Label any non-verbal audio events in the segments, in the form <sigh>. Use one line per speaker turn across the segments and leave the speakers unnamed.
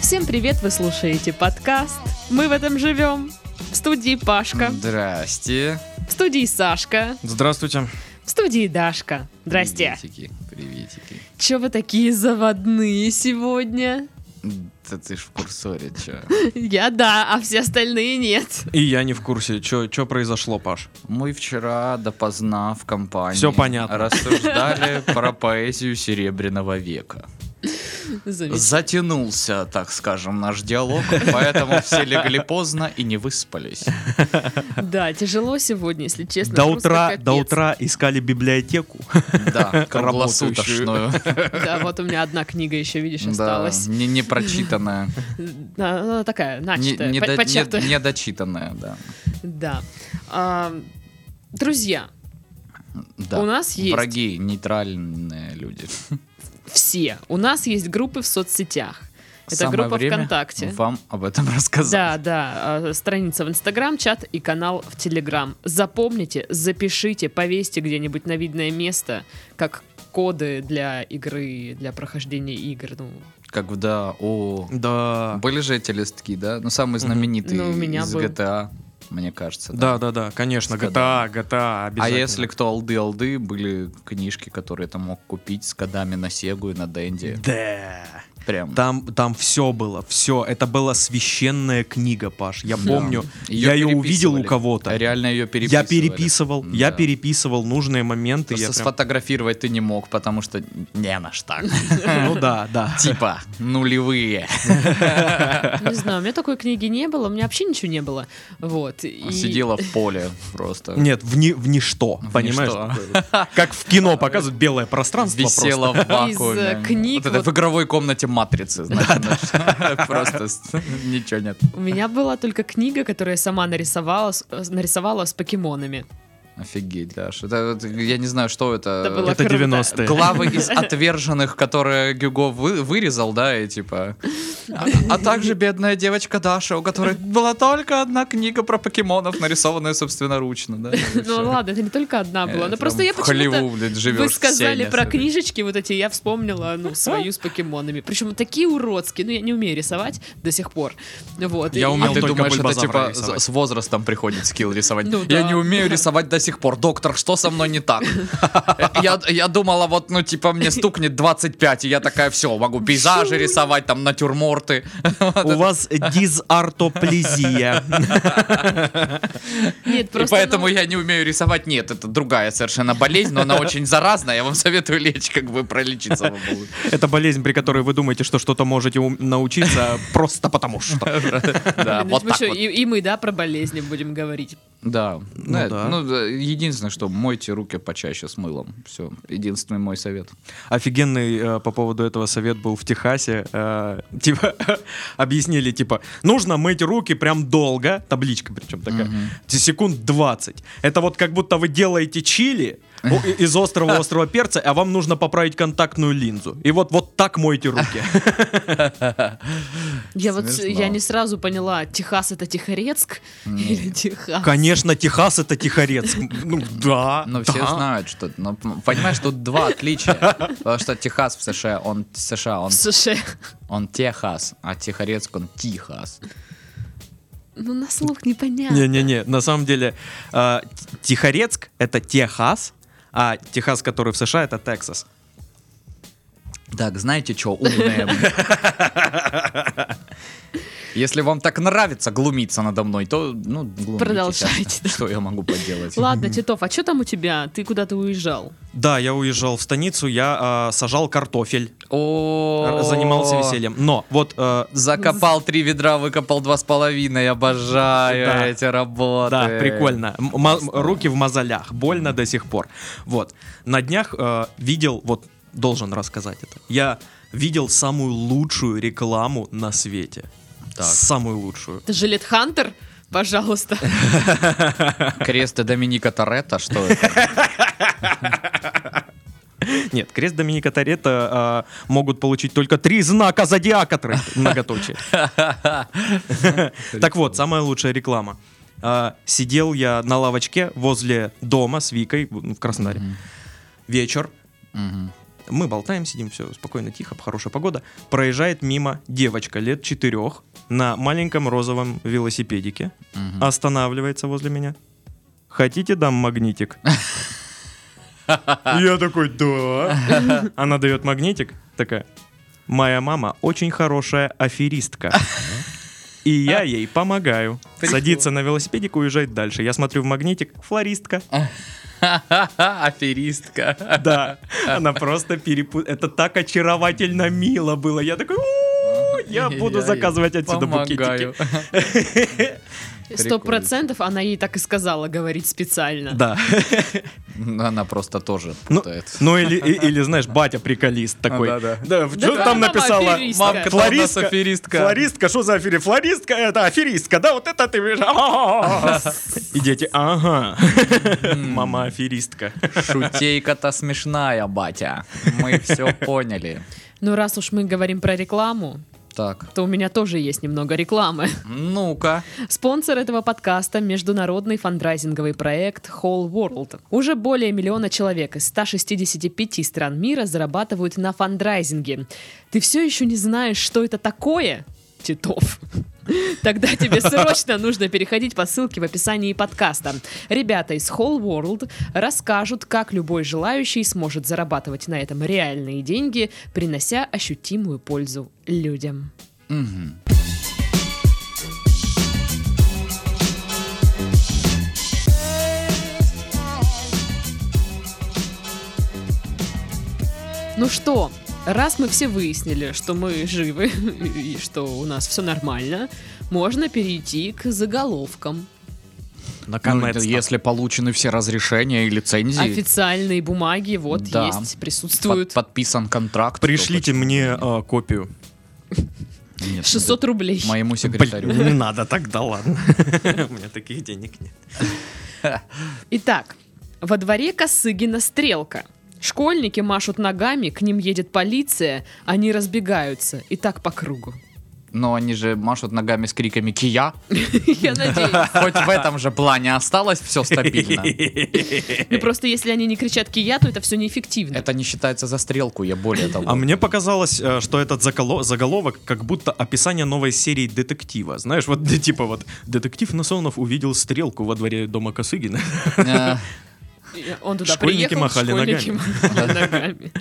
Всем привет, вы слушаете подкаст. Мы в этом живем. В студии Пашка,
Здрасте.
в студии Сашка,
Здравствуйте.
в студии Дашка. Здрасте.
Приветики, приветики.
Че вы такие заводные сегодня?
Да ты ж в курсоре, чё.
Я да, а все остальные нет.
И я не в курсе, что произошло, Паш.
Мы вчера допоздна в компании
Всё понятно. <laughs>
рассуждали про поэзию Серебряного века.
Замечательно.
Затянулся, так скажем, наш диалог, поэтому все легли поздно и не выспались.
Да, тяжело сегодня, если честно.
До
просто
утра,
капец.
до утра искали библиотеку.
Да,
Работающую.
круглосуточную.
Да, вот у меня одна книга еще, видишь,
Да,
осталась.
не- непрочитанная,
Да, Она такая,
не-
начатая,
не
А, по-
до-
подчеркнутая.
не- недочитанная, да.
Да. А, Друзья,
Да.
У нас есть.
Враги, нейтральные люди.
все. У нас есть группы в соцсетях. Это
Самое
группа
время
ВКонтакте.
Вам об этом <laughs>
Да,
рассказать.
да, э, страница в Инстаграм, чат и канал в Телеграм. Запомните, запишите, повесьте где-нибудь на видное место, как коды для игры, для прохождения игр. Ну,
Когда о
<laughs> Да.
были же эти листки, да? Ну самые
Мгм.
знаменитые
Ну, у меня
из
был.
GTA, мне кажется.
Да, да, да, конечно,
Когда?
GTA, GTA,
А
обязательно.
если кто алды алды, были книжки, которые ты мог купить с кодами на Сегу и на Денди.
Да.
Прям.
Там, там все было, все. Это была священная книга, Паш. Я
Да.
помню,
Её
я ее увидел у
переписывали.
кого-то.
Реально ее переписывали.
Я переписывал, я
Да.
переписывал нужные моменты.
Просто
я прям-
сфотографировать ты не мог, потому что не на что. <laughs>
Ну да, да.
Типа нулевые.
Не знаю, у меня такой книги не было, у меня вообще ничего не было. Вот. и-
Сидела в поле просто.
Нет, в, ни- в ничто,
В
понимаешь?
ничто.
Как в кино показывают белое пространство просто.
Висела в
Из, э,
вакууме.
книг
Вот это
вот-
в игровой комнате матрицы, значит. <laughs> Просто с- ничего нет.
У меня была только книга, которую я сама нарисовала, с- э, нарисовала с покемонами.
Офигеть, Даш. Это, вот, я не знаю, что это. Э,
Это было
Это
круто.
90-е.
Главы из отверженных, которые Гюго вы- вырезал, да, и типа... А, а также бедная девочка Даша, у которой была только одна книга про покемонов, нарисованная собственноручно, да. и всё.
Ну ладно, это не только одна
Э,
была. Ну
прям
просто я
в
почему-то...
Холливу, блядь, живешь
Вы сказали
Сеня,
про
смотри.
книжечки вот эти, я вспомнила, ну, свою с покемонами. Причем такие уродские, ну, я не умею рисовать до сих пор. Вот.
Я
и-
умел
А ты
только
думаешь, это
Бульбазавра
типа
рисовать.
с с возрастом приходит скилл рисовать?
Ну
Я
да.
не умею рисовать до сих пор. Доктор, что со мной не так? Э, Я- Я думала, вот, ну, типа, мне стукнет 25, и я такая, все, могу пейзажи рисовать, там, натюрморты.
У вас дизартоплезия.
Нет,
И
просто,
поэтому
ну,
я не умею рисовать. Нет, это другая совершенно болезнь, но она очень заразная. Я вам советую лечь, как бы пролечиться. вам будет.
<laughs> Это болезнь, при которой вы думаете, что что-то можете ум- научиться просто потому что.
Да,
ну, типа,
вот так
что,
вот.
И, и мы, да, про болезни будем говорить.
Да.
Ну
Э,
да.
Ну, да, единственное, что мойте руки почаще с мылом. Все. Единственный мой совет.
Офигенный э, по поводу этого совет был в Техасе. э, типа, <laughs> объяснили, типа, нужно мыть руки прям долго, табличка причем такая, секунд 20. Это вот как будто вы делаете чили у- и- из острого острого перца, а вам нужно поправить контактную линзу. И вот вот так мойте <laughs> руки.
Я вот, с-
Смешно.
я не сразу поняла, Техас это Тихорецк или Техас.
Конечно, Техас это Тихорец. Ну да.
Но все
да.
знают, что... Ну, п- понимаешь, тут два отличия. Потому что Техас в США, он США, он,
Слушай,
он Техас, а Тихорецк, он Тихас.
ну на слух непонятно.
Не-не-не, на самом деле э, Т- Тихорецк это Техас, а Техас, который в США, это Тексас.
Так, знаете что, умные? вы? Если вам так нравится глумиться надо мной, то, ну, глумитесь.
Продолжайте,
А Что я могу поделать?
Ладно, Титов, а что там у тебя? Ты куда-то уезжал?
Да, я уезжал в станицу, я э, сажал картофель,
О,
р- занимался весельем. Но вот э,
Закопал три ведра, выкопал два с половиной. Обожаю
Да.
эти работы.
да, прикольно. М- ма- руки в мозолях, больно до сих пор. Вот. На днях э, видел, вот должен рассказать это. Я видел самую лучшую рекламу на свете.
Так.
Самую лучшую.
Это Жилет Хантер? Пожалуйста.
Кресты Доминика Торетто, что это?
<laughs> Нет, крест Доминика Торетто э, могут получить только три знака зодиака, тры- многоточие. Так вот, самая лучшая реклама. Э, Сидел я на лавочке возле дома с Викой в в Краснодаре. ну, Вечер.
Мгм.
Мы болтаем, сидим, все спокойно, тихо, хорошая погода. Проезжает мимо девочка лет четырех на маленьком розовом велосипедике.
Мгм. <laughs>
Останавливается возле меня. Хотите, дам магнитик? Я такой, да. <laughs> Она дает магнитик, такая, моя мама очень хорошая аферистка. И я ей помогаю.
Прикол.
Садится на велосипедик, уезжает дальше. Я смотрю в магнитик,
<laughs>
флористка.
Аферистка.
Да, она просто перепутала. Это так очаровательно мило было. Я такой, «У,
<laughs>
я буду
ей
заказывать отсюда
помогаю.
букетики.
Сто процентов она ей так и сказала говорить специально.
Да.
Она просто тоже
Ну,
путает.
Ну или, и- или знаешь, батя приколист такой.
да, да.
Да, в
Да
чё
там
там
она
написала?
аферистка. Мамка,
там у нас аферистка.
Флористка, что за аферистка? Флористка это аферистка, да, вот это ты видишь. А-а-а. <laughs> И дети, ага, мама аферистка.
<laughs> Шутейка-то смешная, батя. Мы
<laughs>
все поняли.
Ну, раз уж мы говорим про рекламу,
Так,
то у меня тоже есть немного рекламы. <laughs>
ну-ка.
Спонсор этого подкаста – международный фандрайзинговый проект Whole World. Уже более миллиона человек из 165 стран мира зарабатывают на фандрайзинге. Ты все еще не знаешь, что это такое? Титов. <laughs> Тогда тебе срочно нужно переходить по ссылке в описании подкаста. Ребята из Whole World расскажут, как любой желающий сможет зарабатывать на этом реальные деньги, принося ощутимую пользу людям.
Мгм.
Ну что, раз мы все выяснили, что мы живы <laughs> и что у нас все нормально, можно перейти к заголовкам.
Ну,
Наконец-то.
Если получены все разрешения и лицензии,
Официальные бумаги вот
Да.
есть,
под-
присутствуют.
подписан контракт.
Пришлите мне э, копию.
то- Нет,
600 рублей.
Моему
Блин, ну
секретарю.
не надо, тогда ладно. <laughs> У меня таких денег нет.
Итак, во дворе Косыгина стрелка. Школьники машут ногами, к ним едет полиция, они разбегаются, и так по кругу. <laughs>
Но они же машут ногами с криками
<laughs>
«Кия!»
Я
<laughs>
надеюсь.
Хоть в этом же плане осталось все
<laughs>
стабильно.
Ну просто если они не кричат «Кия», то это все неэффективно.
Это не считается за стрелку, я более того.
А мне показалось, э, что этот заколо- заголовок как будто описание новой серии детектива. Знаешь, вот <laughs> д- типа вот детектив Насонов увидел стрелку во дворе дома Косыгина.
Э,
И Он туда
Школьники
приехал,
махали
школьники махали ногами.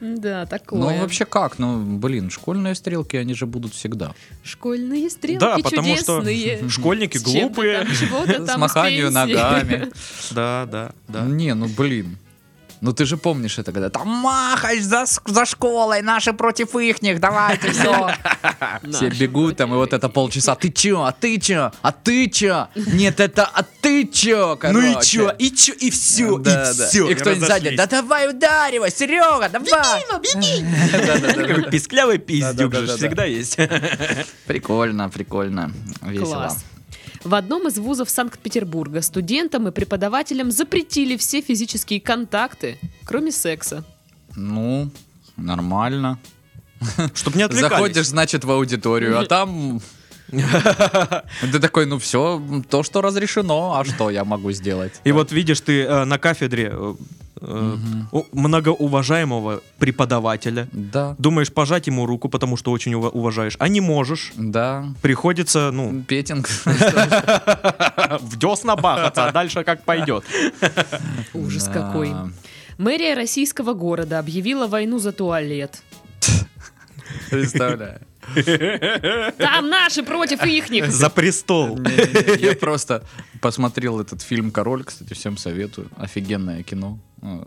Да, такое.
Ну, вообще как? Ну, блин, школьные стрелки, они же будут всегда.
Школьные стрелки
Да, потому что
чудесные.
<laughs> школьники
С <laughs> чем-то
глупые.
там, чего-то
С
там,
маханию
пенсии.
ногами.
<laughs> Да, да, да.
Не, ну блин. Ну ты же помнишь это, когда там махач за, с- за школой, наши против ихних,
<laughs>
давайте все. <laughs> Все
Наши
бегут там, и вот это полчаса, ты чё, а ты чё, а ты чё? Нет, это, а ты чё, короче.
Ну и чё, и все,
Да, да. И кто-нибудь сзади, да давай ударивай, Серега, давай.
ну,
<laughs>
Писклявый пиздюк
Да-да-да-да-да.
же ж всегда есть.
Прикольно, прикольно, весело.
Класс. В одном из вузов Санкт-Петербурга студентам и преподавателям запретили все физические контакты, кроме секса.
Ну, нормально.
<laughs> Чтоб не
Заходишь,
отвлекались.
значит, в аудиторию, а там... Ты такой, ну все, то, что разрешено, а что я могу сделать?
И вот видишь, ты э, на кафедре э, э, у- многоуважаемого преподавателя.
Да,
Думаешь пожать ему руку, потому что очень ува- уважаешь, а не можешь.
да,
Приходится, ну,
петинг. <laughs>
Э, в десна бахаться, а дальше <laughs> как пойдет.
Ужас
Да.
какой. Мэрия российского города объявила войну за туалет.
Представляю.
Там наши против ихних.
За престол.
Не-не-не, Я просто посмотрел этот фильм «Король», кстати, всем советую. Офигенное кино. Э,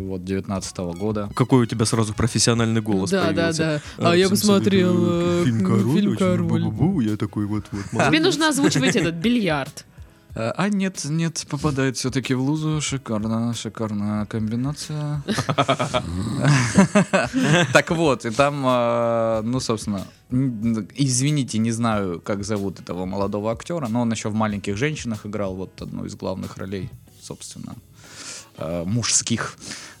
Вот 19 года.
Какой у тебя сразу профессиональный голос
Да, да,
появился.
да. А
Э,
я
всем
посмотрел,
советую
э,
фильм «Король».
фильм
очень
«Король».
бу-бу-бу, Я такой вот-вот.
Тебе
молодец.
нужно озвучивать этот бильярд.
Э, А нет, нет, попадает все-таки в лузу. Шикарно, шикарная комбинация. Так вот, и там, э, ну, собственно, н- извините, не знаю, как зовут этого молодого актера, но он еще в «Маленьких женщинах» играл вот одну из главных ролей, собственно. э, мужских.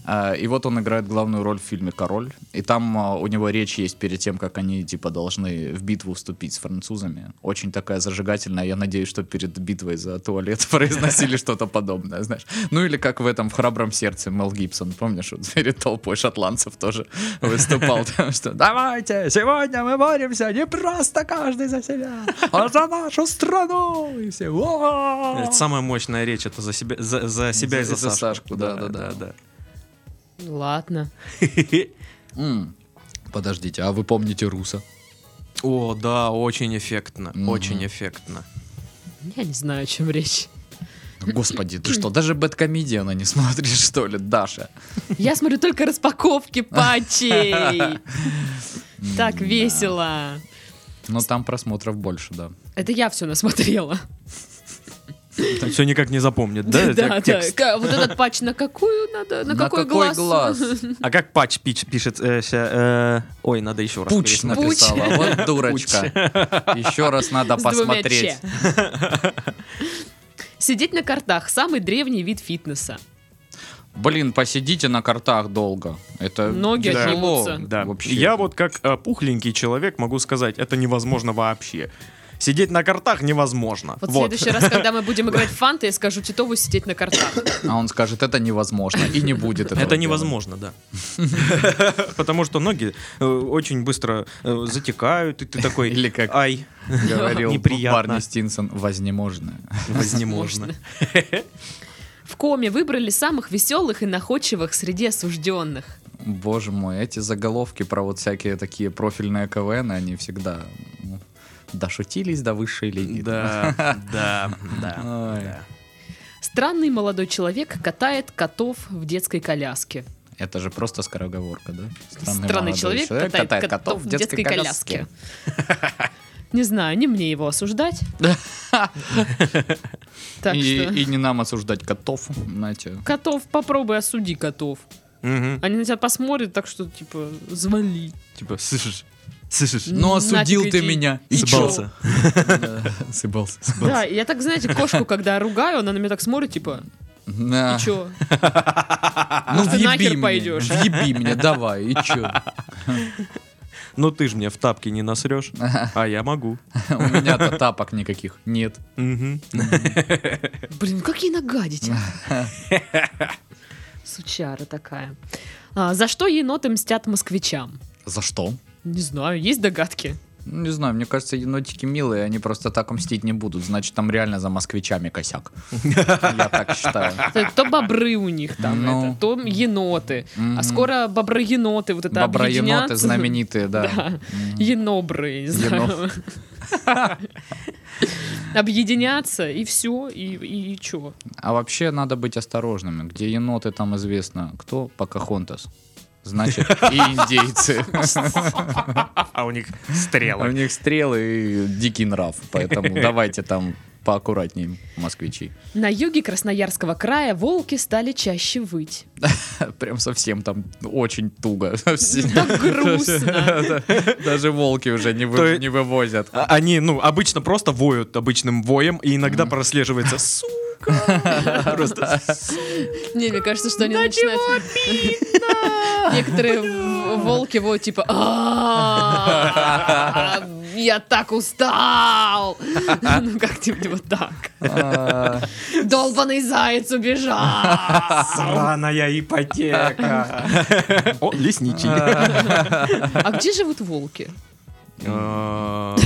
Э, И вот он играет главную роль в фильме «Король». И там э, у него речь есть перед тем, как они, типа, должны в битву вступить с французами. Очень такая зажигательная. Я надеюсь, что перед битвой за туалет <laughs> произносили что-то подобное, знаешь. Ну или как в этом «В храбром сердце» Мел Гибсон, помнишь, вот перед толпой шотландцев тоже выступал. <laughs> там, что «Давайте, сегодня мы боремся не просто каждый за себя, а за нашу страну!» И все «Ура!»
Это самая мощная речь, это за себя, за, за себя
За-
и за,
за Сашку,
Сашку.
да-да-да.
Ладно.
да. <laughs>
М, Подождите, а вы помните Руса?
О, да, очень эффектно,
Мгм.
очень эффектно.
Я не знаю, о чем речь.
Господи, ты что, даже Бэткомедиана не смотришь, что ли, Даша?
Я смотрю только распаковки
<laughs>
патчей. Так
М-да.
весело.
Но там просмотров больше, да.
Это я все насмотрела.
Все никак не запомнит, да?
да,
этот
да.
текст?
Ка- Вот этот патч на какую надо, на какой глаз? <laughs>
А как патч пич- пишет? э, ща, э, Ой, надо еще раз.
Пуч
пересмотреть.
Пуч.
написала, <laughs> вот дурочка. Еще раз надо
С двумя
посмотреть.
«ч». Сидеть на картах самый древний вид фитнеса.
Блин, посидите на картах долго. Это
Ноги
тяжело.
отнимутся.
Да.
Вообще.
Я вот как э, пухленький человек могу сказать, это невозможно вообще. Сидеть на картах невозможно.
Вот,
Вот.
в следующий раз, когда мы будем играть в фанты, я скажу Титову сидеть на картах.
А он скажет, это невозможно. И не будет этого.
Это
делать.
невозможно, да. Потому что ноги э, очень быстро э, затекают, и ты такой...
Или как
Ай,
<laughs> Говорил
Неприятно.
Барни Стинсон, вознеможно.
возможно.
<laughs> В коме выбрали самых веселых и находчивых среди осужденных.
Боже мой, эти заголовки про вот всякие такие профильные КВН, они всегда ну, дошутились до высшей линии.
Да, <laughs> да, да.
Ой.
да.
Странный молодой человек катает котов в детской коляске.
Это же просто скороговорка, да?
Странный
молодой
человек катает, котов, в детской, коляске. Не знаю, не мне его <laughs> осуждать. Так
и,
что...
и не нам осуждать котов,
<laughs>
знаете.
Котов, попробуй осуди котов.
Мгм.
Они на тебя посмотрят, так что, типа, звали.
А, Типа, слышишь? Слышишь?
Ну,
Ну, осудил
нафиг
ты
иди.
меня. И чё?
Сбался.
Да, Сыбался.
Да, я так, знаете, кошку, когда ругаю, она на меня так смотрит, типа,
Да.
и чё?
Ну,
Ты нахер
въеби мне.
пойдешь.
Въеби мне, давай, и
<laughs>
чё?
Ну ты ж мне в тапки не насрешь, а я могу.
У меня-то тапок никаких нет.
Мгм.
Блин, как ей нагадить? <laughs> Сучара такая. А, за что еноты мстят москвичам?
За что?
Не знаю, есть догадки?
Ну, Не знаю, мне кажется, енотики милые, они просто так мстить не будут. Значит, там реально за
<laughs>
москвичами косяк. Я так считаю.
То, то бобры у них там,
Ну.
это, то еноты. А
Мгм.
скоро бобры-еноты вот это
Боброеноты
объединятся. <laughs>
знаменитые, да.
Да. Енобры, я не знаю. <laughs> Объединятся, и все, и, и, чё?
А вообще надо быть осторожными. Где еноты, там известно. Кто? Покахонтас. Значит, и индейцы.
А у них
У
стрелы.
них стрелы и дикий нрав.
<laughs>
Поэтому давайте там поаккуратнее, москвичи.
На юге Красноярского края волки стали чаще
<laughs>
выть.
Прям совсем там очень туго.
Так
<laughs>
грустно.
Даже волки уже не
То
вы-
есть-
не вывозят.
А- Они, ну, обычно просто воют обычным воем, и иногда <laughs> прослеживается сука. Просто
Не, мне кажется, что они начинают... Некоторые в- волки вот типа «А, Я так устал! <laughs> Ну как-нибудь вот так.
А,
Долбанный заяц убежал!
сраная <laughs> ипотека. О, лесничий.
А где живут волки?
Э,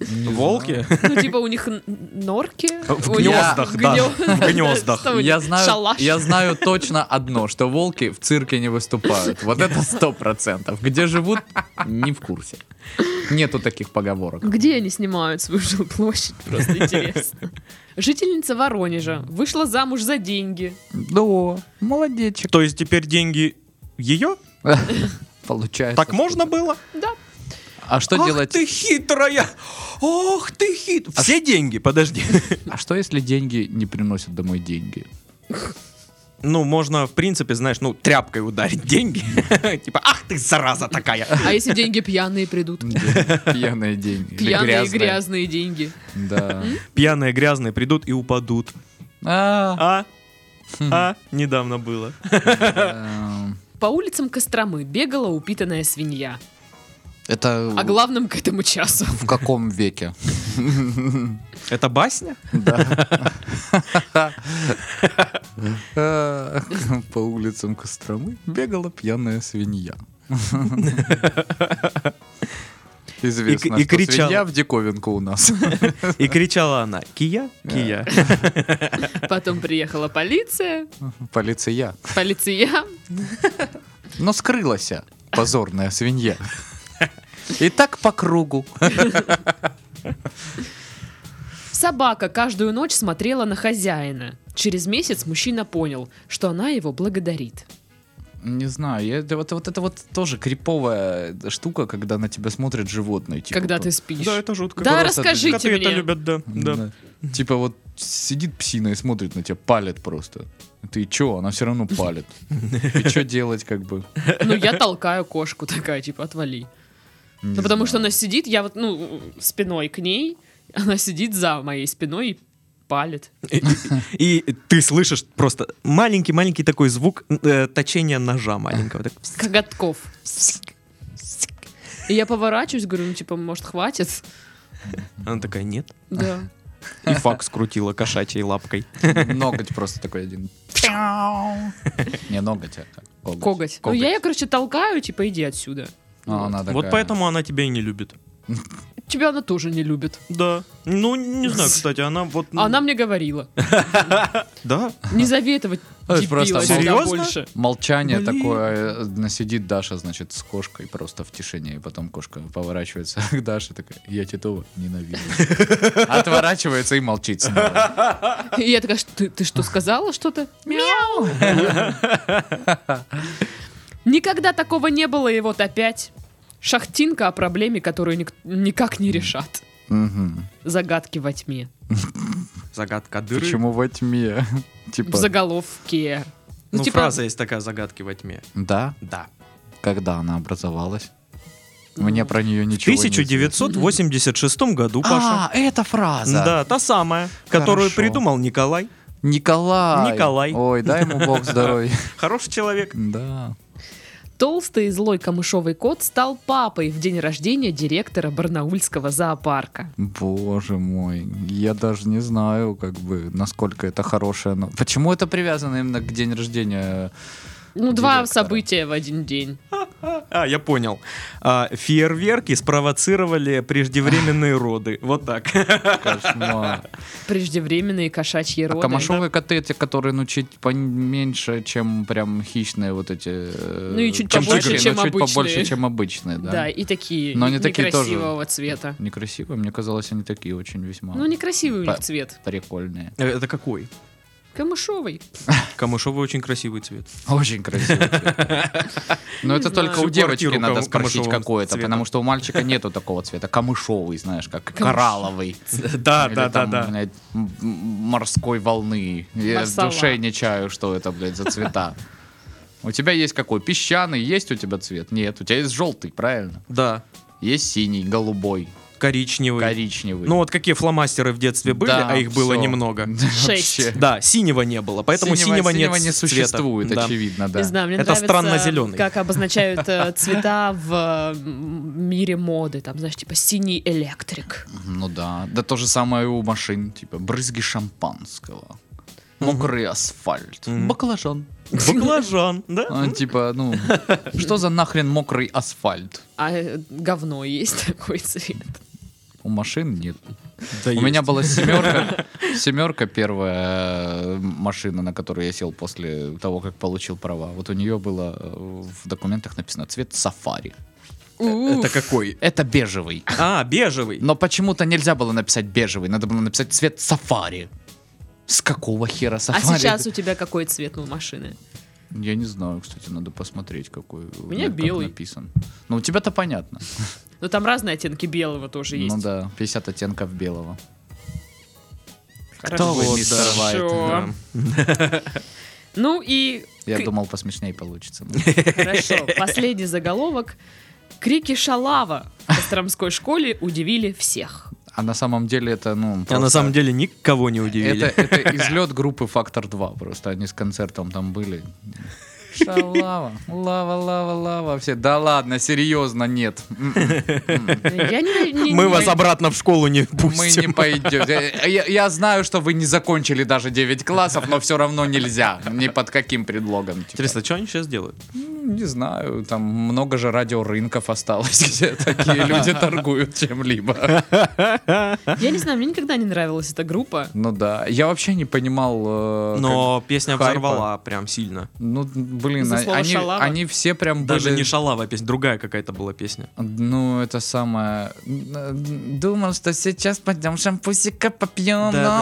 Волки?
Ну, типа, у них н- норки?
В
У них
гнездах, да,
гнё-
в гнездах.
Что у них,
Я знаю,
Шалаш.
я знаю точно одно, что волки в цирке не выступают. Вот это сто процентов. Где живут, не в курсе. Нету таких поговорок.
Где они снимают свою жилплощадь?
<laughs>
Просто интересно. Жительница Воронежа вышла замуж за деньги.
Да, молодечек.
То есть теперь деньги ее?
Получается.
Так можно было?
Да.
А что
Ах
делать?
ты хитрая! Ох ты хит! Все деньги, подожди.
А что если деньги не приносят домой деньги?
Ну, можно, в принципе, знаешь, ну, тряпкой ударить деньги. <laughs> Типа, ах ты, зараза такая!
А если деньги пьяные придут?
Пьяные деньги. Или
Пьяные
грязные.
грязные деньги.
Да.
Пьяные, грязные придут и упадут.
А,
А? А, недавно было.
Эм,
По улицам Костромы бегала упитанная свинья.
Это
О главном к этому часу.
в каком веке?
Это басня?
Э, <laughs> По улицам Костромы бегала пьяная <laughs> свинья. Известно,
И- и
что
кричала.
свинья в диковинку у нас. <laughs>
И кричала она, Кия, Кия.
Потом приехала полиция,
Полиция.
полиция.
Но скрылась позорная свинья. И так по кругу.
Собака каждую ночь смотрела на хозяина. Через месяц мужчина понял, что она его благодарит.
Не знаю, я, да вот, вот это вот тоже криповая штука, когда на тебя смотрят животные. типа,
когда
вот.
ты спишь.
Да, это жутко.
Да,
Коты-
расскажите
Коты это
мне.
любят, да. да.
Да. Типа вот сидит псина и смотрит на тебя, палит просто. Ты чё, она все равно <laughs> палит. И что делать, как бы?
Ну, я толкаю кошку такая, типа, отвали.
Не
Ну, потому что
знаю.
она сидит, я вот, ну, спиной к ней, она сидит за моей спиной и палит.
И, и- и ты слышишь просто маленький-маленький такой звук э, точения ножа маленького. Так.
Коготков. И я поворачиваюсь, говорю, ну, типа, может, хватит?
Она такая, нет.
Да.
И факс крутила кошачьей лапкой.
Ноготь просто такой один. Не ноготь, а коготь.
Коготь. Ну, я ее, короче, толкаю, типа, иди отсюда.
А, она
Вот
такая.
поэтому она тебя и не любит.
Тебя она тоже не любит.
Да. Ну, не знаю, кстати, она вот...
А Она мне говорила.
Да.
Не зови этого
Это
дебила
просто
сюда
серьезно?
больше.
Молчание
Блин.
такое, э, насидит Даша, значит, с кошкой просто в тишине, и потом кошка поворачивается <laughs> к Даше, такая, я Титова
<laughs>
ненавижу. Отворачивается и молчит снова.
И я такая, «Что- ты, ты что, сказала что-то? Мяу! Никогда такого не было, и вот опять. Шахтинка о проблеме, которую ник- никак не решат.
Мгм.
Загадки во тьме.
Загадка дыры.
Почему во тьме? <laughs> Типа,
В заголовке.
Ну,
типа,
фраза есть такая, загадки во тьме.
да?
Да.
Когда она образовалась? Мне про нее
В
ничего не известно.
1986 году,
А,
Паша.
это фраза.
Да, та самая, которую
Хорошо.
придумал Николай.
Николай.
Николай.
Ой, дай ему
<laughs>
бог здоровья.
Хороший человек.
Да.
Толстый и злой камышовый кот стал папой в день рождения директора Барнаульского зоопарка.
Боже мой, я даже не знаю, как бы, насколько это хорошее. но- Почему это привязано именно к день рождения?
Ну, два
Директора.
события в один день.
А, я понял. А, фейерверки спровоцировали <laughs> преждевременные роды. Вот так.
Кошмар.
Преждевременные кошачьи
ну, А
роды.
камашовые коты, те, которые, ну, чуть поменьше, чем прям хищные вот эти... э,
Ну и чуть
чем
побольше,
тигры,
чем
но чуть побольше,
обычные.
чем обычные,
Да.
да?
и такие
Но
не-
они такие тоже.
некрасивого цвета.
Некрасивые, мне казалось, они такие очень весьма
Ну, некрасивый у
Па-
них цвет.
прикольные.
Э, Это какой?
Камышовый.
Камышовый очень красивый цвет.
Очень красиво. Но это
знаю.
только у
Всю
девочки
квартиру
надо
кам-
спросить
камышовым
какое-то,
цветом.
потому что у мальчика нету такого цвета. Камышовый, знаешь, как коралловый.
Да,
Или
А, да, да,
там,
да.
блядь, м- м- морской волны. Я в
Марсала.
душе не чаю, что это, блядь, за цвета. У тебя есть какой? Песчаный, есть у тебя цвет? Нет, у тебя есть желтый, правильно?
Да.
Есть синий, голубой,
Коричневый.
коричневый.
Ну вот какие фломастеры в детстве были,
Да,
а их было
всё. <laughs>
немного.
Шесть.
Вообще.
Да, синего не было, поэтому синего, нет
не
цвета.
существует,
Да.
очевидно, да.
Не знаю, мне
Это
нравится,
странно-зелёный.
как обозначают
<laughs>
э, цвета в э, м, мире моды. Там, знаешь, типа синий электрик.
Ну да, да то же самое и у машин, типа брызги шампанского, мокрый асфальт,
Мгм.
баклажан.
Баклажан, да?
А, Типа, ну, что за нахрен мокрый асфальт?
А э, говно есть <laughs> такой цвет.
У машин нет.
Да
У меня была
<laughs>
семерка, семерка первая э, машина, на которую я сел после того, как получил права. Вот у нее было э, в документах написано цвет сафари.
Это какой?
Это бежевый.
А, бежевый.
Но почему-то нельзя было написать бежевый, надо было написать цвет сафари. С какого хера
А
сафари?
сейчас у тебя какой цвет у машины?
Я не знаю, кстати, надо посмотреть, какой у
меня
как
белый.
написан. Ну, у тебя-то понятно.
Ну, там разные оттенки белого тоже есть.
Ну да, 50 оттенков белого.
Хорошо.
Кто вы,
Вот,
мистер
да.
Вайт?
Хорошо. Ну и...
Я
кри-
думал, посмешнее
<laughs>
получится. но-
Хорошо, последний заголовок. Крики шалава в Костромской школе удивили всех.
А на самом деле это, ну...
А на
просто-
самом деле никого не удивили.
это, это излет группы Фактор 2. Просто они с концертом там были. Шалава, лава, лава, лава. Все, да ладно, серьезно, нет. М-м.
Я не- не-
Мы
не-
вас обратно в школу не
Мы не
пустим.
пойдем. Я, я- я знаю, что вы не закончили даже 9 классов, но все равно нельзя. Ни под каким предлогом. типа.
Интересно, что они сейчас делают?
Ну, Не знаю, там много же радиорынков осталось, <laughs> где такие люди торгуют чем-либо.
Я не знаю, мне никогда не нравилась эта группа.
Ну да, я вообще не понимал... э,
Но песня
хайпа.
взорвала прям сильно.
как- Ну, блин,
Из-за
а-
слова
они,
«шалава».
они все прям
Даже
были-
не шалава песня, другая какая-то была песня.
Ну, это самое... Думал, что сейчас пойдем шампусика попьем на
Да, да, да.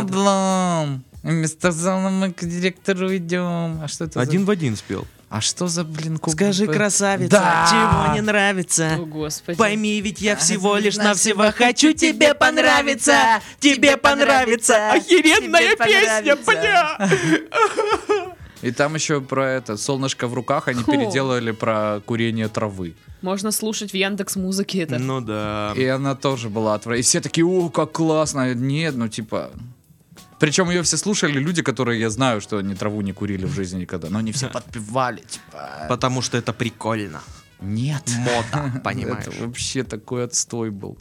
облом. Вместо зала мы к директору идем. А что это за-
Один в один спел.
А что за, блин, куб-
Скажи,
б-
красавица,
Да.
чего не нравится?
О, господи.
Пойми, ведь я всего лишь навсего хочу тебе понравиться, тебе понравится,
Охеренная
тебе
песня,
понравится.
бля!
И там еще про это, солнышко в руках, они
Хо.
переделали про курение травы.
Можно слушать в Яндекс Музыке это.
Ну да.
И она тоже была отвратительная. И все такие, о, как классно. Нет, ну типа... Причем ее все слушали люди, которые я знаю, что они траву не курили в жизни никогда. Но они все подпевали, типа...
Потому что это прикольно.
Нет.
Мода, понимаешь?
<laughs> Это вообще такой отстой был.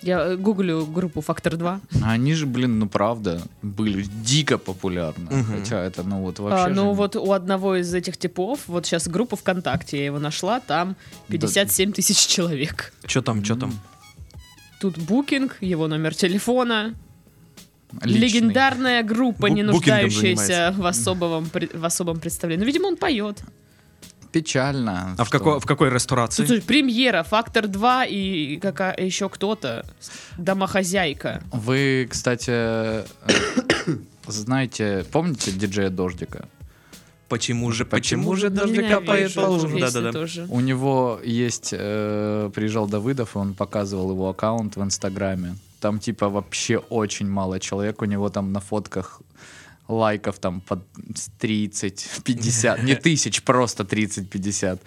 Я э, гуглю группу Фактор 2.
А Они же, блин, ну правда, были дико популярны.
Мгм.
Хотя это, ну вот вообще...
А, ну
же-
вот у одного из этих типов, вот сейчас группа ВКонтакте, я его нашла, там 57 тысяч человек.
Че там, че там?
Тут букинг, его номер телефона,
личный.
легендарная группа, не
Бу- букингом
нуждающаяся
занимается.
в особом, при- в особом представлении. Ну, видимо, он поет.
Печально.
А в
что-
какой, в какой
Тут
ресторации?
же премьера, Фактор 2 и какая еще кто-то, домохозяйка.
Вы, кстати, э, <coughs> знаете, помните диджея Дождика?
Почему же, почему
Почему
же?
же? Дождик
Ненавижу
капает
эту
по лужам.
песню
Да-да-да.
тоже.
У него есть, э, приезжал Давыдов, и он показывал его аккаунт в Инстаграме. Там типа вообще очень мало человек, у него там на фотках лайков там под 30-50, не тысяч, просто 30-50.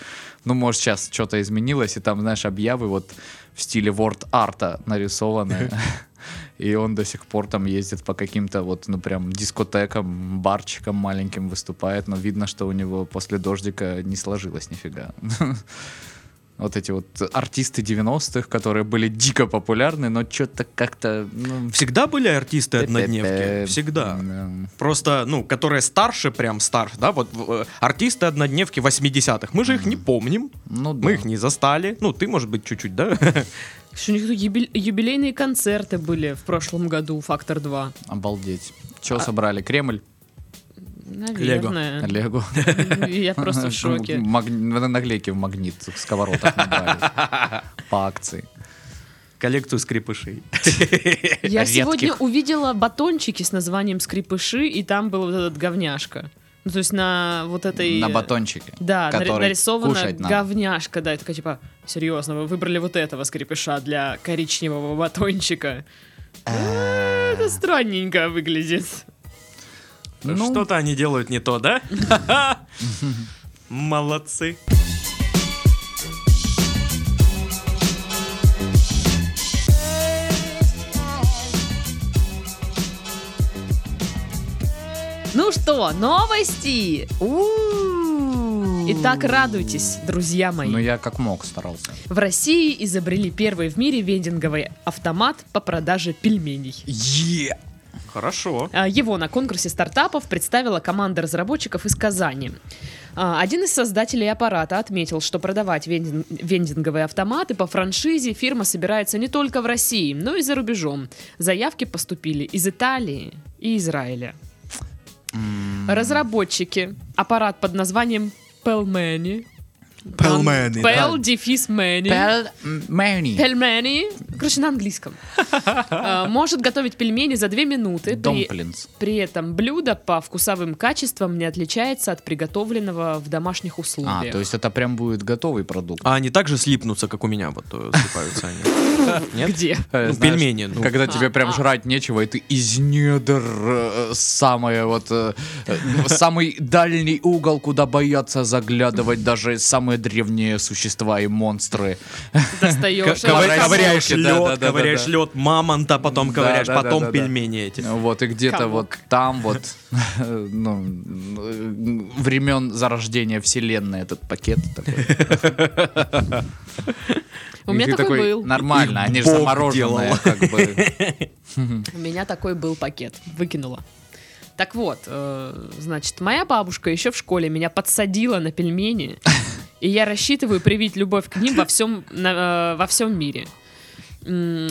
Ну, может, сейчас что-то изменилось, и там, знаешь, объявы вот в стиле ворд-арта нарисованы. И он до сих пор там ездит по каким-то вот, ну, прям дискотекам, барчикам маленьким выступает, но видно, что у него после дождика не сложилось нифига. <laughs> Вот эти вот артисты 90-х, которые были дико популярны, но что-то как-то... ну,
Всегда были артисты однодневки?
пе-пе-пе.
Всегда.
Да.
Просто, ну, которые старше, прям старше, да, вот э, артисты однодневки 80-х. Мы же их не помним,
Ну да.
мы их не застали. Ну, ты, может быть, чуть-чуть, да? <laughs>
Что у них тут юбиль- юбилейные концерты были в прошлом году, Фактор 2.
Обалдеть. Чего собрали? Кремль?
А Наверное.
Лего.
<laughs> Я
<laughs>
просто в шоке.
Маг- Наклейки в магнит в сковородах
<laughs>
набрали. По акции.
Коллекцию скрипышей.
Я
Редких.
сегодня увидела батончики с названием скрипыши, и там был вот этот говняшка. Ну, то есть на вот этой...
На батончике.
э, Да, нари-
который
нарисована
кушать надо.
говняшка, да, и такая типа, серьезно, вы выбрали вот этого скрипыша для коричневого батончика. Э, Это странненько выглядит.
Ну,
Что-то они делают не то, да?
<laughs>
Молодцы.
Ну что, новости! Итак, радуйтесь, друзья мои.
Ну, я как мог старался.
В России изобрели первый в мире вендинговый автомат по продаже пельменей.
Е!
Хорошо.
А, Его на конкурсе стартапов представила команда разработчиков из Казани. А, Один из создателей аппарата отметил, что продавать вендин- вендинговые автоматы по франшизе фирма собирается не только в России, но и за рубежом. Заявки поступили из Италии и Израиля. Разработчики аппарат под названием Pelmeni.
Pelmeni, да.
Pel дефис Meni.
Пельмени.
Пельмени, короче, на
<laughs>
английском, Э, может готовить пельмени за две минуты. При,
Домплинс.
при этом блюдо по вкусовым качествам не отличается от приготовленного в домашних
А,
условиях.
то есть это прям будет готовый продукт.
А они также слипнутся, как у меня, вот э, слипаются они. Нет?
Где?
<laughs> Э,
Ну,
знаешь,
пельмени, ну.
Когда
А,
тебе прям
а.
жрать нечего, и ты из недр э, самое вот э, э, самый дальний угол, куда боятся заглядывать даже самые древние существа и монстры.
Достаешь.
Ковы-
Ковыряешь
Ковыряешь
руки, да, да,
лед,
да,
ковыряешь
да.
лед мамонта, потом
Да,
ковыряешь,
да, да,
потом
да, да.
пельмени эти.
Вот, и где-то
Комок.
вот там вот <laughs> ну, э, времен зарождения вселенной этот пакет такой.
У
И
меня
ты
такой был.
Нормально,
Их
они же
Бог
замороженные,
делал.
как бы.
<laughs> У меня такой был пакет. Выкинула. Так вот, э, значит, моя бабушка еще в школе меня подсадила на пельмени, и я рассчитываю привить любовь к ним во всем, на- э, во всем мире. М,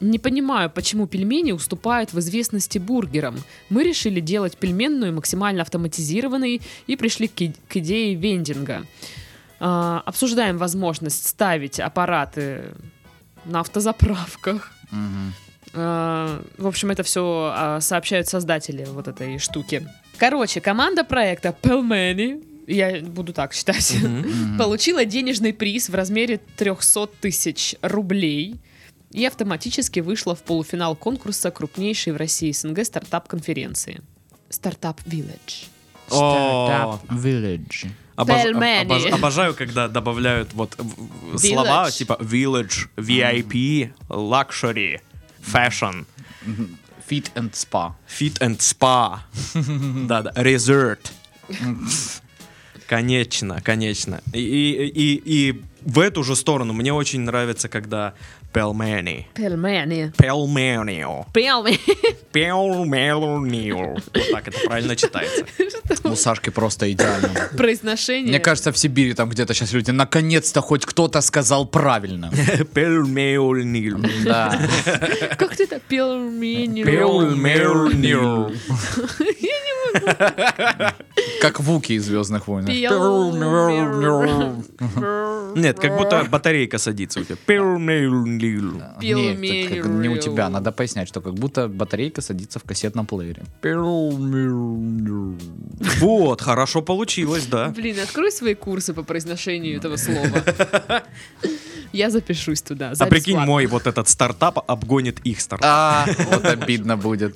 Не понимаю, почему пельмени уступают в известности бургерам. Мы решили делать пельменную максимально автоматизированной и пришли к, и- к идее вендинга. А, обсуждаем возможность ставить аппараты на автозаправках.
Мгм.
А, В общем, это все сообщают создатели вот этой штуки. Короче, команда проекта Pelmeni, я буду так считать, <laughs> получила денежный приз в размере 300 тысяч рублей и автоматически вышла в полуфинал конкурса крупнейшей в России СНГ стартап-конференции. Стартап Village.
О, обож-
Пельмени.
обож- Обожаю, когда добавляют вот в- в-
Village.
слова типа village, VIP, luxury, fashion,
Fit and spa.
fit and spa. <laughs> Да-да, resort. <laughs> Конечно, конечно. И, и, и, и в эту же сторону мне очень нравится, когда пельмени.
Pelmeni.
Пельменио.
Pelmeni. <laughs>
Пельменио. Вот так это правильно читается. <laughs>
Ну,
У Сашки просто идеально.
<laughs> Произношение.
Мне кажется, в Сибири там где-то сейчас люди наконец-то хоть кто-то сказал правильно.
<laughs>
Пельменио.
Да.
Как ты это? Pelmeni.
Пельменио.
Как Вуки из Звездных войн.
Pelmeni.
Нет, как будто батарейка садится у тебя. Пельменио.
Не, это как не у
Пельмени.
тебя, надо пояснять, что как будто батарейка садится в кассетном плеере.
Вот, хорошо получилось, да.
Блин, открой свои курсы по произношению этого слова.
<laughs>
Я запишусь туда. за
А прикинь,
бесплатно.
мой вот этот стартап обгонит их стартап.
А, вот обидно будет.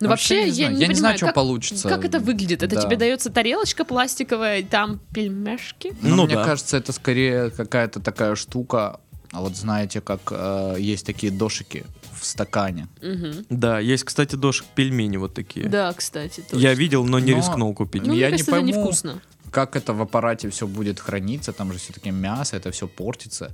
Ну вообще,
не
я
знаю.
не
Я не знаю,
понимаю,
что
как-
получится.
Как это выглядит? Это
Да.
тебе дается тарелочка пластиковая, и там пельмешки?
Ну,
Ну
мне
да.
кажется, это скорее какая-то такая штука. А вот знаете, как э, есть такие дошики в стакане.
Мгм.
Да, есть, кстати, дошек пельмени вот такие.
Да, кстати, точно.
Я видел, но не
Но-
рискнул купить.
Ну, мне
я не
кажется, это
пойму.
невкусно.
Как это в аппарате все будет храниться? Там же все-таки мясо, это все портится.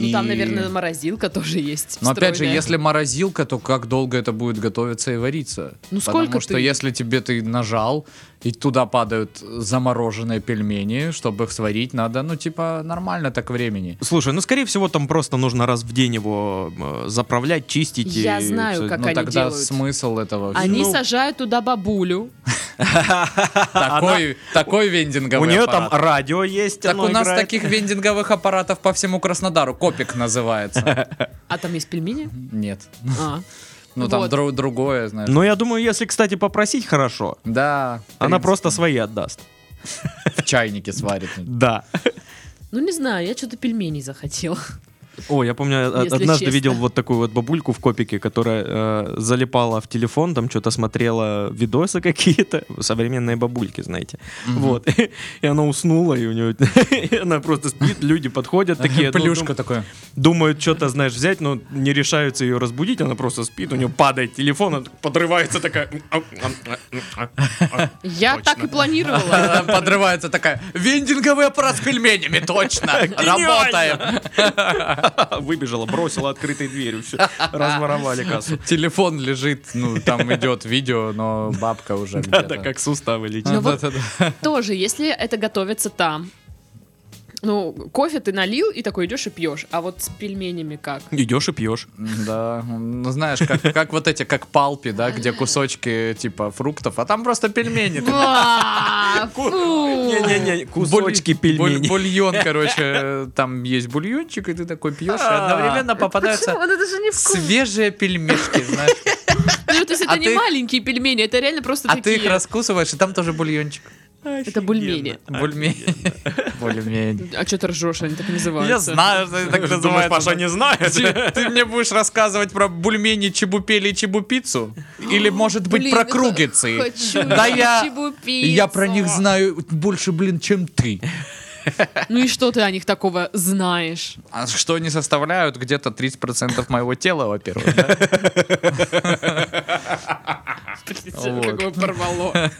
Ну, там,
И-
наверное, морозилка тоже есть.
Но опять же,
встроенная.
если морозилка, то как долго это будет готовиться и вариться?
Ну,
Потому
сколько
что
ты-
если тебе ты нажал, и туда падают замороженные пельмени, чтобы их сварить, надо, ну, типа, нормально так времени.
Слушай, ну скорее всего там просто нужно раз в день его э, заправлять, чистить. и
Я знаю,
всё.
как
ну,
они
тогда
делают.
смысл этого
Они
всего?
сажают туда бабулю.
Такой, такой
У
вендинговый
нее там
аппарат.
радио есть,
Так
оно
у нас
играет.
таких вендинговых аппаратов по всему Краснодару. Копик
<laughs>
называется.
А там есть
<laughs>
пельмени?
Нет.
А.
Ну, там
Вот.
дру- другое, знаешь.
Но я думаю, если, кстати, попросить хорошо,
Да. в
она
принципе,
просто свои отдаст.
в чайнике
<laughs>
сварит. <laughs>
Да.
Ну, не знаю, я что-то пельменей
<laughs>
захотела.
О, я помню, я
Если
однажды
честно.
видел вот такую вот бабульку в копике, которая э, залипала в телефон, там что-то смотрела видосы какие-то, современные бабульки, знаете. Вот. <laughs> И она уснула, и у нее... <laughs> и она просто спит, люди подходят такие... ну,
Плюшка
дум-
такое.
Думают, что-то, знаешь, взять, но не решаются ее разбудить, она просто спит, у нее падает телефон, она так подрывается такая...
Я так и планировала.
Она Э, Подрывается такая, вендинговый аппарат с пельменями,
<laughs>
точно, работаем.
Выбежала, бросила открытой дверью, все, разворовали кассу.
Телефон лежит, ну, там идет видео, но бабка уже
Да-да,
где-то.
как суставы летят.
Ну, вот
Да-да-да.
Тоже, если это готовится там. Ну, кофе ты налил и такой идешь и пьешь. А вот с пельменями как?
Идешь и пьешь.
Да, ну знаешь, как, как вот эти, как палпи, да, где кусочки типа фруктов, а там просто пельмени. Ты
Ва, Фу!
Не-не-не, кусочки
Буль- буль- <laughs>
пельменей.
Бульон, короче, там есть бульончик, и ты такой пьешь, и
А.
<laughs>
одновременно попадаются
Вот это же не вкусно.
свежие пельмешки, знаешь.
<laughs> Ну, то есть это
А
не
ты их-
маленькие пельмени, это реально просто
А ты их
такие.
раскусываешь, и там тоже бульончик.
Это бульмени.
Бульмень. <laughs> Бульмень.
А что ты ржешь, они так и
Я
называются.
знаю, что это так называется. <laughs>
знает?
Ты, ты мне будешь рассказывать про бульмени, чебупели и чебупицу? Или, может быть,
Блин,
про
это-
кругицы?
<laughs> Хочу
Да я-
чебупицу.
Я про них знаю больше, блин, чем ты.
Ну и что ты о них такого знаешь?
А что они составляют? Где-то 30% моего тела, во-первых. да? Вот.
Как его порвало.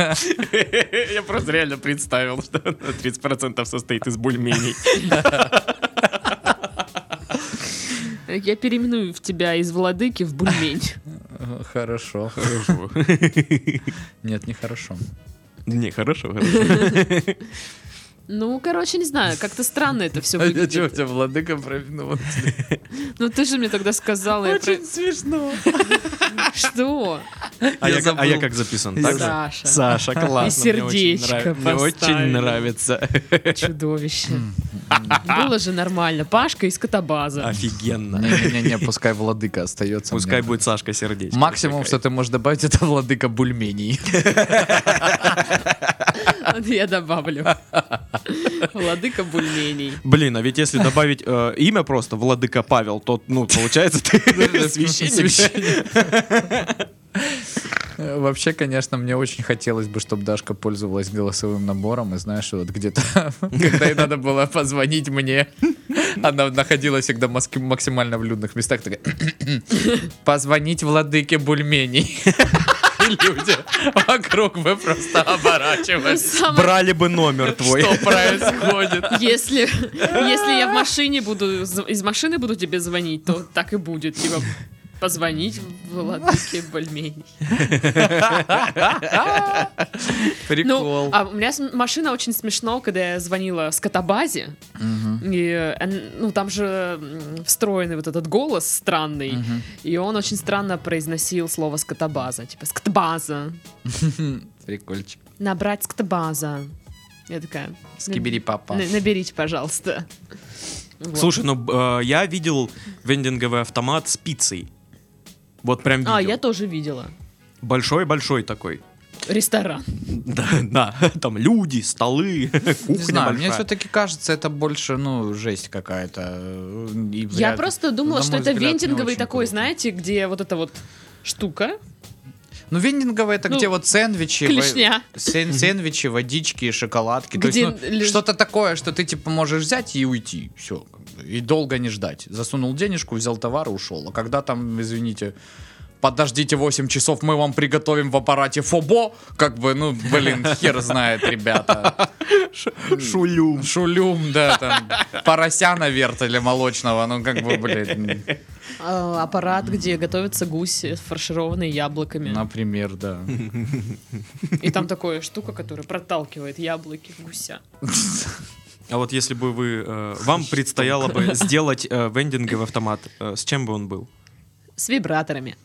Я просто реально представил, что 30% состоит из бульменей.
Я переименую в тебя из владыки в
<laughs>
бульмень.
Э, <laughs> Хорошо. Нет, нехорошо.
Не, хорошо, хорошо.
Ну, короче, не знаю, как-то странно это все
А чё, у
выглядит.
тебя владыка провинован?
Ну ты же мне тогда сказала, я про-
смешно.
что?
А
Я
я, а
забыл.
я как записан?
Я
Так же?
Саша.
Саша, классно. мне очень
сердечко
нравится. Мне
поставили.
очень нравится.
Чудовище. Было же нормально. Пашка из Катабаза.
Офигенно.
Не-не-не, пускай владыка остается.
Пускай будет Сашка сердечко.
Максимум,
Такая.
что ты можешь добавить, это владыка бульменей.
Я добавлю. Владыка бульменей.
Блин, а ведь если добавить э, имя просто Владыка Павел, то, ну, получается, ты священник.
Э, Вообще, конечно, мне очень хотелось бы, чтобы Дашка пользовалась голосовым набором, и знаешь, вот где-то, когда ей надо было позвонить мне, она находилась всегда в маски- максимально в людных местах, такая, <coughs> позвонить владыке бульменей. И Люди вокруг вы просто оборачивались.
Самое-
<laughs> Брали бы номер твой.
Что происходит?
Если, если я в машине буду, зв- из машины буду тебе звонить, то так и будет. Типа позвонить Владыке бульменей. Ну,
Прикол.
а у меня с- машина очень смешно, когда я звонила с Катабазе,
Мгм.
И, э, н- ну, там же м, встроенный вот этот голос странный,
Мгм.
и он очень странно произносил слово скотобаза, типа скотобаза,
Прикольчик.
набрать скотобаза. Я такая,
Скибери папа.
«На- наберите, пожалуйста. Вот.
Слушай, ну, б- э, я видел вендинговый автомат с пиццей. Вот прям
а, я
видел.
тоже видела.
Большой-большой такой.
Ресторан.
Да, да, <laughs> там люди, столы,
Не знаю,
<laughs> кухня
мне
большая.
все-таки кажется, это больше, ну, жесть какая-то. э, и
Я
вряд-
просто думала,
на
что
мой
это
взгляд, не
вендинговый
очень
такой,
круто.
знаете, где вот эта вот штука.
Ну, вендинговые это
Ну,
где вот сэндвичи, во-
клешня.
сен- сэндвичи, водички, шоколадки.
Где
То есть, ну,
лежит-
что-то такое, что ты типа можешь взять и уйти. Все. И долго не ждать. Засунул денежку, взял товар и ушел. А когда там, извините, подождите 8 часов, мы вам приготовим в аппарате ФОБО, как бы, ну, блин, хер знает, ребята.
Шулюм.
Шулюм, да, там, порося на вертеле молочного, ну, как бы,
<laughs>
блин,
А, аппарат, где готовятся гуси, фаршированные яблоками.
например, да.
И там такая штука, которая проталкивает яблоки в гуся.
А вот если бы вы, э, вам предстояло <laughs> бы сделать э, вендинговый автомат, э, с чем бы он был?
С вибраторами.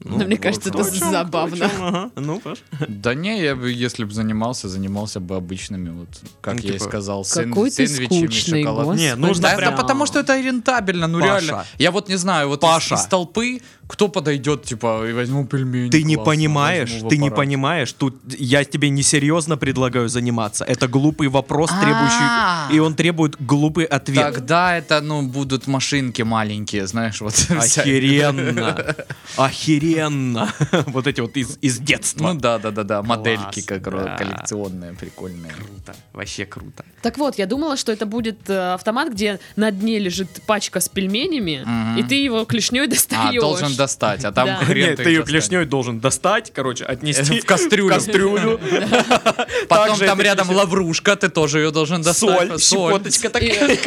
Ну,
Но мне
вот
кажется, это
о чём, о
забавно.
чём, ага. Ну, Паш.
Да не, я бы, если бы занимался, занимался бы обычными, вот, как
Ну,
я и
типа,
сказал, сэн-
Какой ты
сэндвичами,
скучный,
шоколадками.
господи.
Не, нужно
Да,
прям-
это потому что это рентабельно, ну
Паша.
реально. Я вот не знаю, вот
Паша.
Из, из толпы кто подойдет, типа, и возьму пельмени.
Ты не
классно,
понимаешь,
возьму в
ты не
аппарат.
понимаешь, тут я тебе несерьезно предлагаю заниматься. Это глупый вопрос,
А-а-а.
требующий, и он требует глупый ответ.
Тогда это, ну, будут машинки маленькие, знаешь, вот. <laughs> вся-
Охеренно, охеренно. <laughs> Вот эти вот из, из
Ну
детства.
да, да, да, да, модельки
Класс,
как ро-
да.
коллекционные, прикольные.
Круто, вообще круто.
Так вот, я думала, что это будет э, автомат, где на дне лежит пачка с пельменями,
Мгм.
и ты его <laughs> клешней
А,
достаешь.
должен достать, а там
Да.
хрен
Нет, ты ее клешней должен достать, короче,
<laughs>
отнести <laughs>
В кастрюлю.
в кастрюлю.
<laughs> Потом
Также
там
это
рядом
клешня.
лаврушка, ты тоже ее должен достать.
Соль, Э,
<laughs>
щепоточка
И
такая.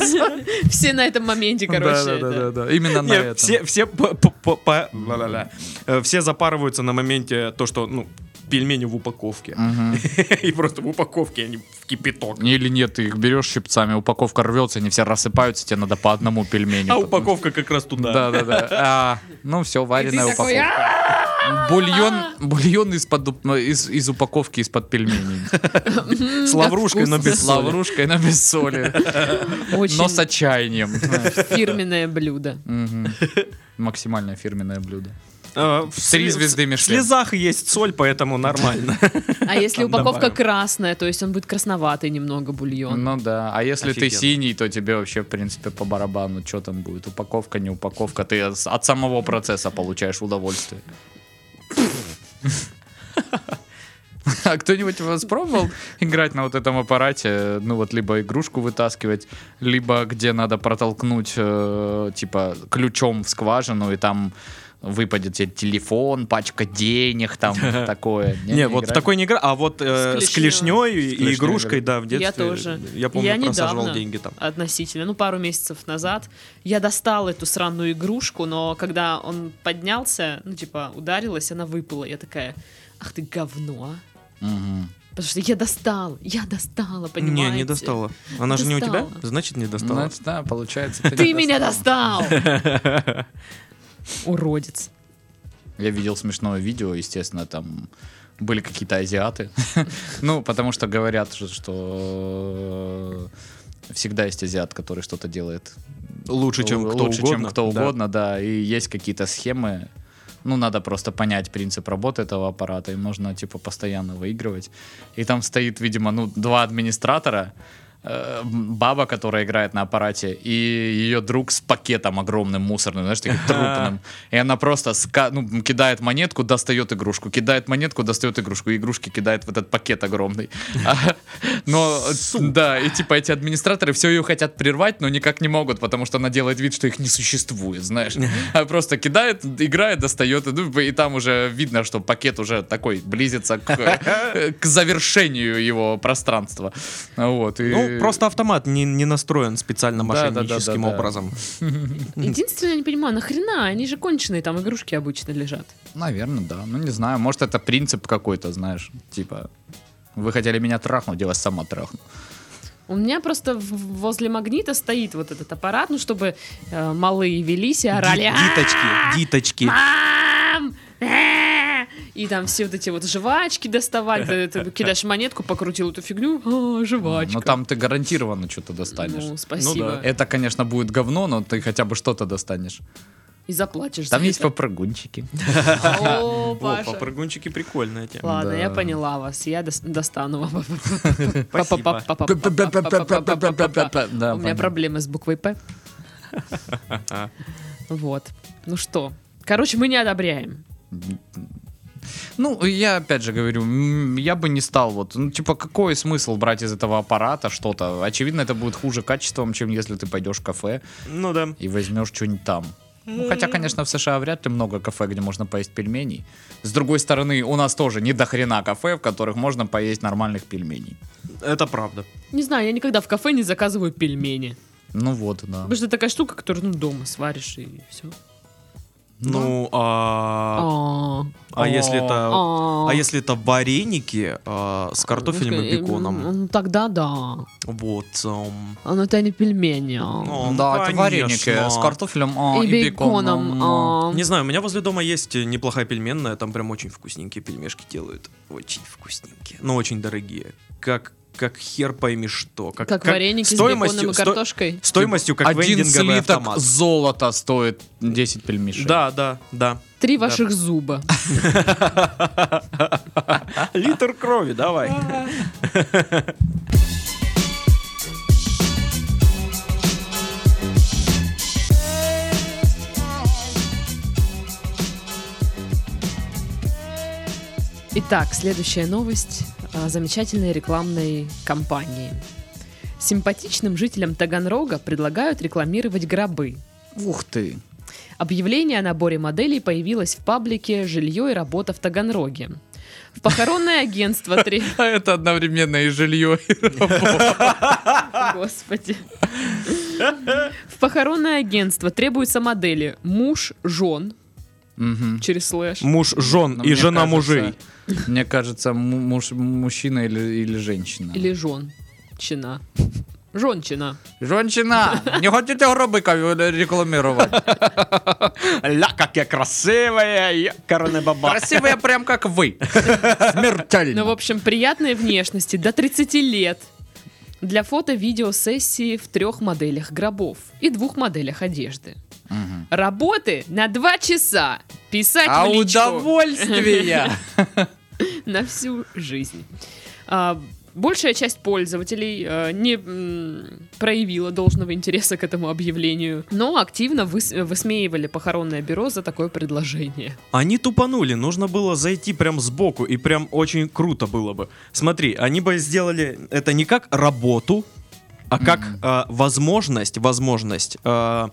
все, все на этом моменте, короче. это.
да. Именно на
<laughs> Не,
этом.
все, все, по- по- по- по- ла-ла-ла. Э, все запарываются на моменте то, что ну, пельмени в упаковке.
Мгм.
<laughs> И просто в упаковке, они в кипяток.
Или нет, ты их берешь щипцами, упаковка рвется, они все рассыпаются, тебе надо по одному пельменю.
А упаковка как раз туда.
Да, да, да. А, ну все, вареная
ты такой, «А!»
упаковка. Бульон, бульон из-под, уп- ну, из, из упаковки из-под пельменей.
С лаврушкой, но без
С
соли.
лаврушкой, но без
<laughs>
соли.
Очень
Но с отчаянием. <laughs>
фирменное блюдо.
Мгм. Максимально фирменное блюдо.
Э, в
Три
сли-
звезды
В
Мишлен.
слезах есть соль, поэтому <laughs> нормально.
А если
Там
упаковка
добавим.
красная, то есть он будет красноватый немного бульон.
Ну да, а если ты
Офигенно.
синий, то тебе вообще, в принципе, по барабану, что там будет, упаковка, не упаковка, ты от от самого процесса получаешь удовольствие. <laughs> А кто-нибудь вас пробовал играть на вот этом аппарате? Ну вот либо игрушку вытаскивать, либо где надо протолкнуть э, типа ключом в скважину и там выпадет тебе телефон, пачка денег, <laughs> там такое.
Не, вот в
играли?
такой не игра, а вот э,
С
с клешней
С
и
клешней
игрушкой,
играли.
да, в детстве.
Я тоже.
Я помню,
Я
просто
недавно.
сожрал деньги там.
относительно, ну, пару месяцев назад. Я достала эту сраную игрушку, но когда он поднялся, ну, типа, ударилась, она выпала. Я такая, ах ты говно, а.
Мгм.
Потому что я достала, я достала, понимаете?
Не, не достала. Она же не у тебя?
Достала.
Значит, не достала.
Значит, да, <laughs> получается.
Ты
не
меня достал!
<laughs>
Уродец.
Я видел смешное видео, естественно, там были какие-то азиаты. <laughs> Ну, потому что говорят, же, что э, всегда есть азиат, который что-то делает
Лучше, чем
л-
кто
лучше,
угодно.
чем кто
да.
угодно, да. И есть какие-то схемы. Ну, надо просто понять принцип работы этого аппарата, и можно, типа, постоянно выигрывать. И там стоит, видимо, ну, два администратора, э, баба, которая играет на аппарате, и ее друг с пакетом огромным мусорным, знаешь,
<laughs>
таким трупным. И она просто ска- ну, кидает монетку, достает игрушку, кидает монетку, достает игрушку, и игрушки кидает в этот пакет огромный. А, Но, да, и типа эти администраторы все ее хотят прервать, но никак не могут, потому что она делает вид, что их не существует, знаешь.
<laughs>
А Просто кидает, играет, достает, и, ну, и там уже видно, что пакет уже такой близится
<laughs>
к, э, к завершению его пространства. Вот, и...
Ну, просто автомат не, не настроен специально
Э, Да, да, да, да,
мошенническим
да.
образом.
Единственное, я не понимаю, нахрена? Они же конченые, там игрушки обычно лежат.
Наверное, да. Ну, не знаю, может, это принцип какой-то, знаешь, типа... Вы хотели меня трахнуть, я вас сама трахну.
У меня просто в- возле магнита стоит вот этот аппарат, ну, чтобы э, малые велись и орали.
Ди-
«А,
Диточки, диточки.
Мам! Э!» И там все вот эти вот жвачки доставать. Ты, ты кидаешь монетку, покрутил эту фигню. «А, жвачка.
Но Ну, там ты гарантированно что-то достанешь.
Ну, спасибо.
да.
Это, конечно, будет говно, но ты хотя бы что-то достанешь.
И заплатишь.
Там
за
есть
это.
попрыгунчики. <laughs>
О,
О,
Паша.
попрыгунчики прикольная тема.
Ладно,
Да.
я поняла вас. Я дос- достану
<laughs>
вам.
Спасибо.
У
У меня
меня
проблемы с буквой
<laughs>
П. Вот. Ну что? Короче, мы не одобряем.
Ну, я опять же говорю, м, я бы не стал вот, ну, типа, какой смысл брать из этого аппарата что-то? Очевидно, это будет хуже качеством, чем если ты пойдешь в кафе
Ну да.
и возьмешь что-нибудь там. Ну, хотя, конечно, в США вряд ли много кафе, где можно поесть пельменей. С другой стороны, у нас тоже не до хрена кафе, в которых можно поесть нормальных пельменей.
Это правда.
Не знаю, я никогда в кафе не заказываю пельмени.
Ну вот, да.
Потому что это такая штука, которую ну, дома сваришь и все.
Ну, а, а если это... А если это вареники а, с картофелем и беконом?
Ну тогда да.
Вот. эм,
А, Ну это не пельмени. а.
ну,
да, это
конечно.
вареники с картофелем а,
И беконом. а.
ну, Не знаю, у меня возле дома есть э, неплохая пельменная, там прям очень вкусненькие пельмешки делают. Очень вкусненькие. Но очень дорогие. Как, как хер пойми что. Как,
Как вареники с беконом и
сто-
картошкой.
Стоимостью как
Один
вендинговый
слиток
автомат.
золота стоит 10 пельмешек.
Да, да, да.
Три
Да.
ваших зуба.
А, Литр крови, давай.
Итак, следующая новость о замечательной рекламной кампании. Симпатичным жителям Таганрога предлагают рекламировать гробы.
Ух ты.
Объявление о наборе моделей появилось в паблике «Жилье и работа в Таганроге». В похоронное агентство три...
А это одновременно и жилье.
Господи. В похоронное агентство требуются модели муж, жен, через слэш,
Муж жен и жена мужей.
Мне кажется, му- муж, мужчина или, или женщина.
или жен, чина. Жончина.
Женщина! Не хотите гробы рекламировать?
Ля, как я красивая, я баба.
Красивые прям как вы. Смертельно.
Ну, в общем, приятной внешности до 30 лет. Для фото-видеосессии в трех моделях гробов и двух моделях одежды.
Мгм.
Работы на два часа. Писать
А
в личку
удовольствие!
на всю жизнь. А, Большая часть пользователей э, не м, проявила должного интереса к этому объявлению, но активно выс- высмеивали похоронное бюро за такое предложение.
Они тупанули, нужно было зайти прям сбоку, и прям очень круто было бы. Смотри, они бы сделали это не как работу, а как э, возможность, возможность. э,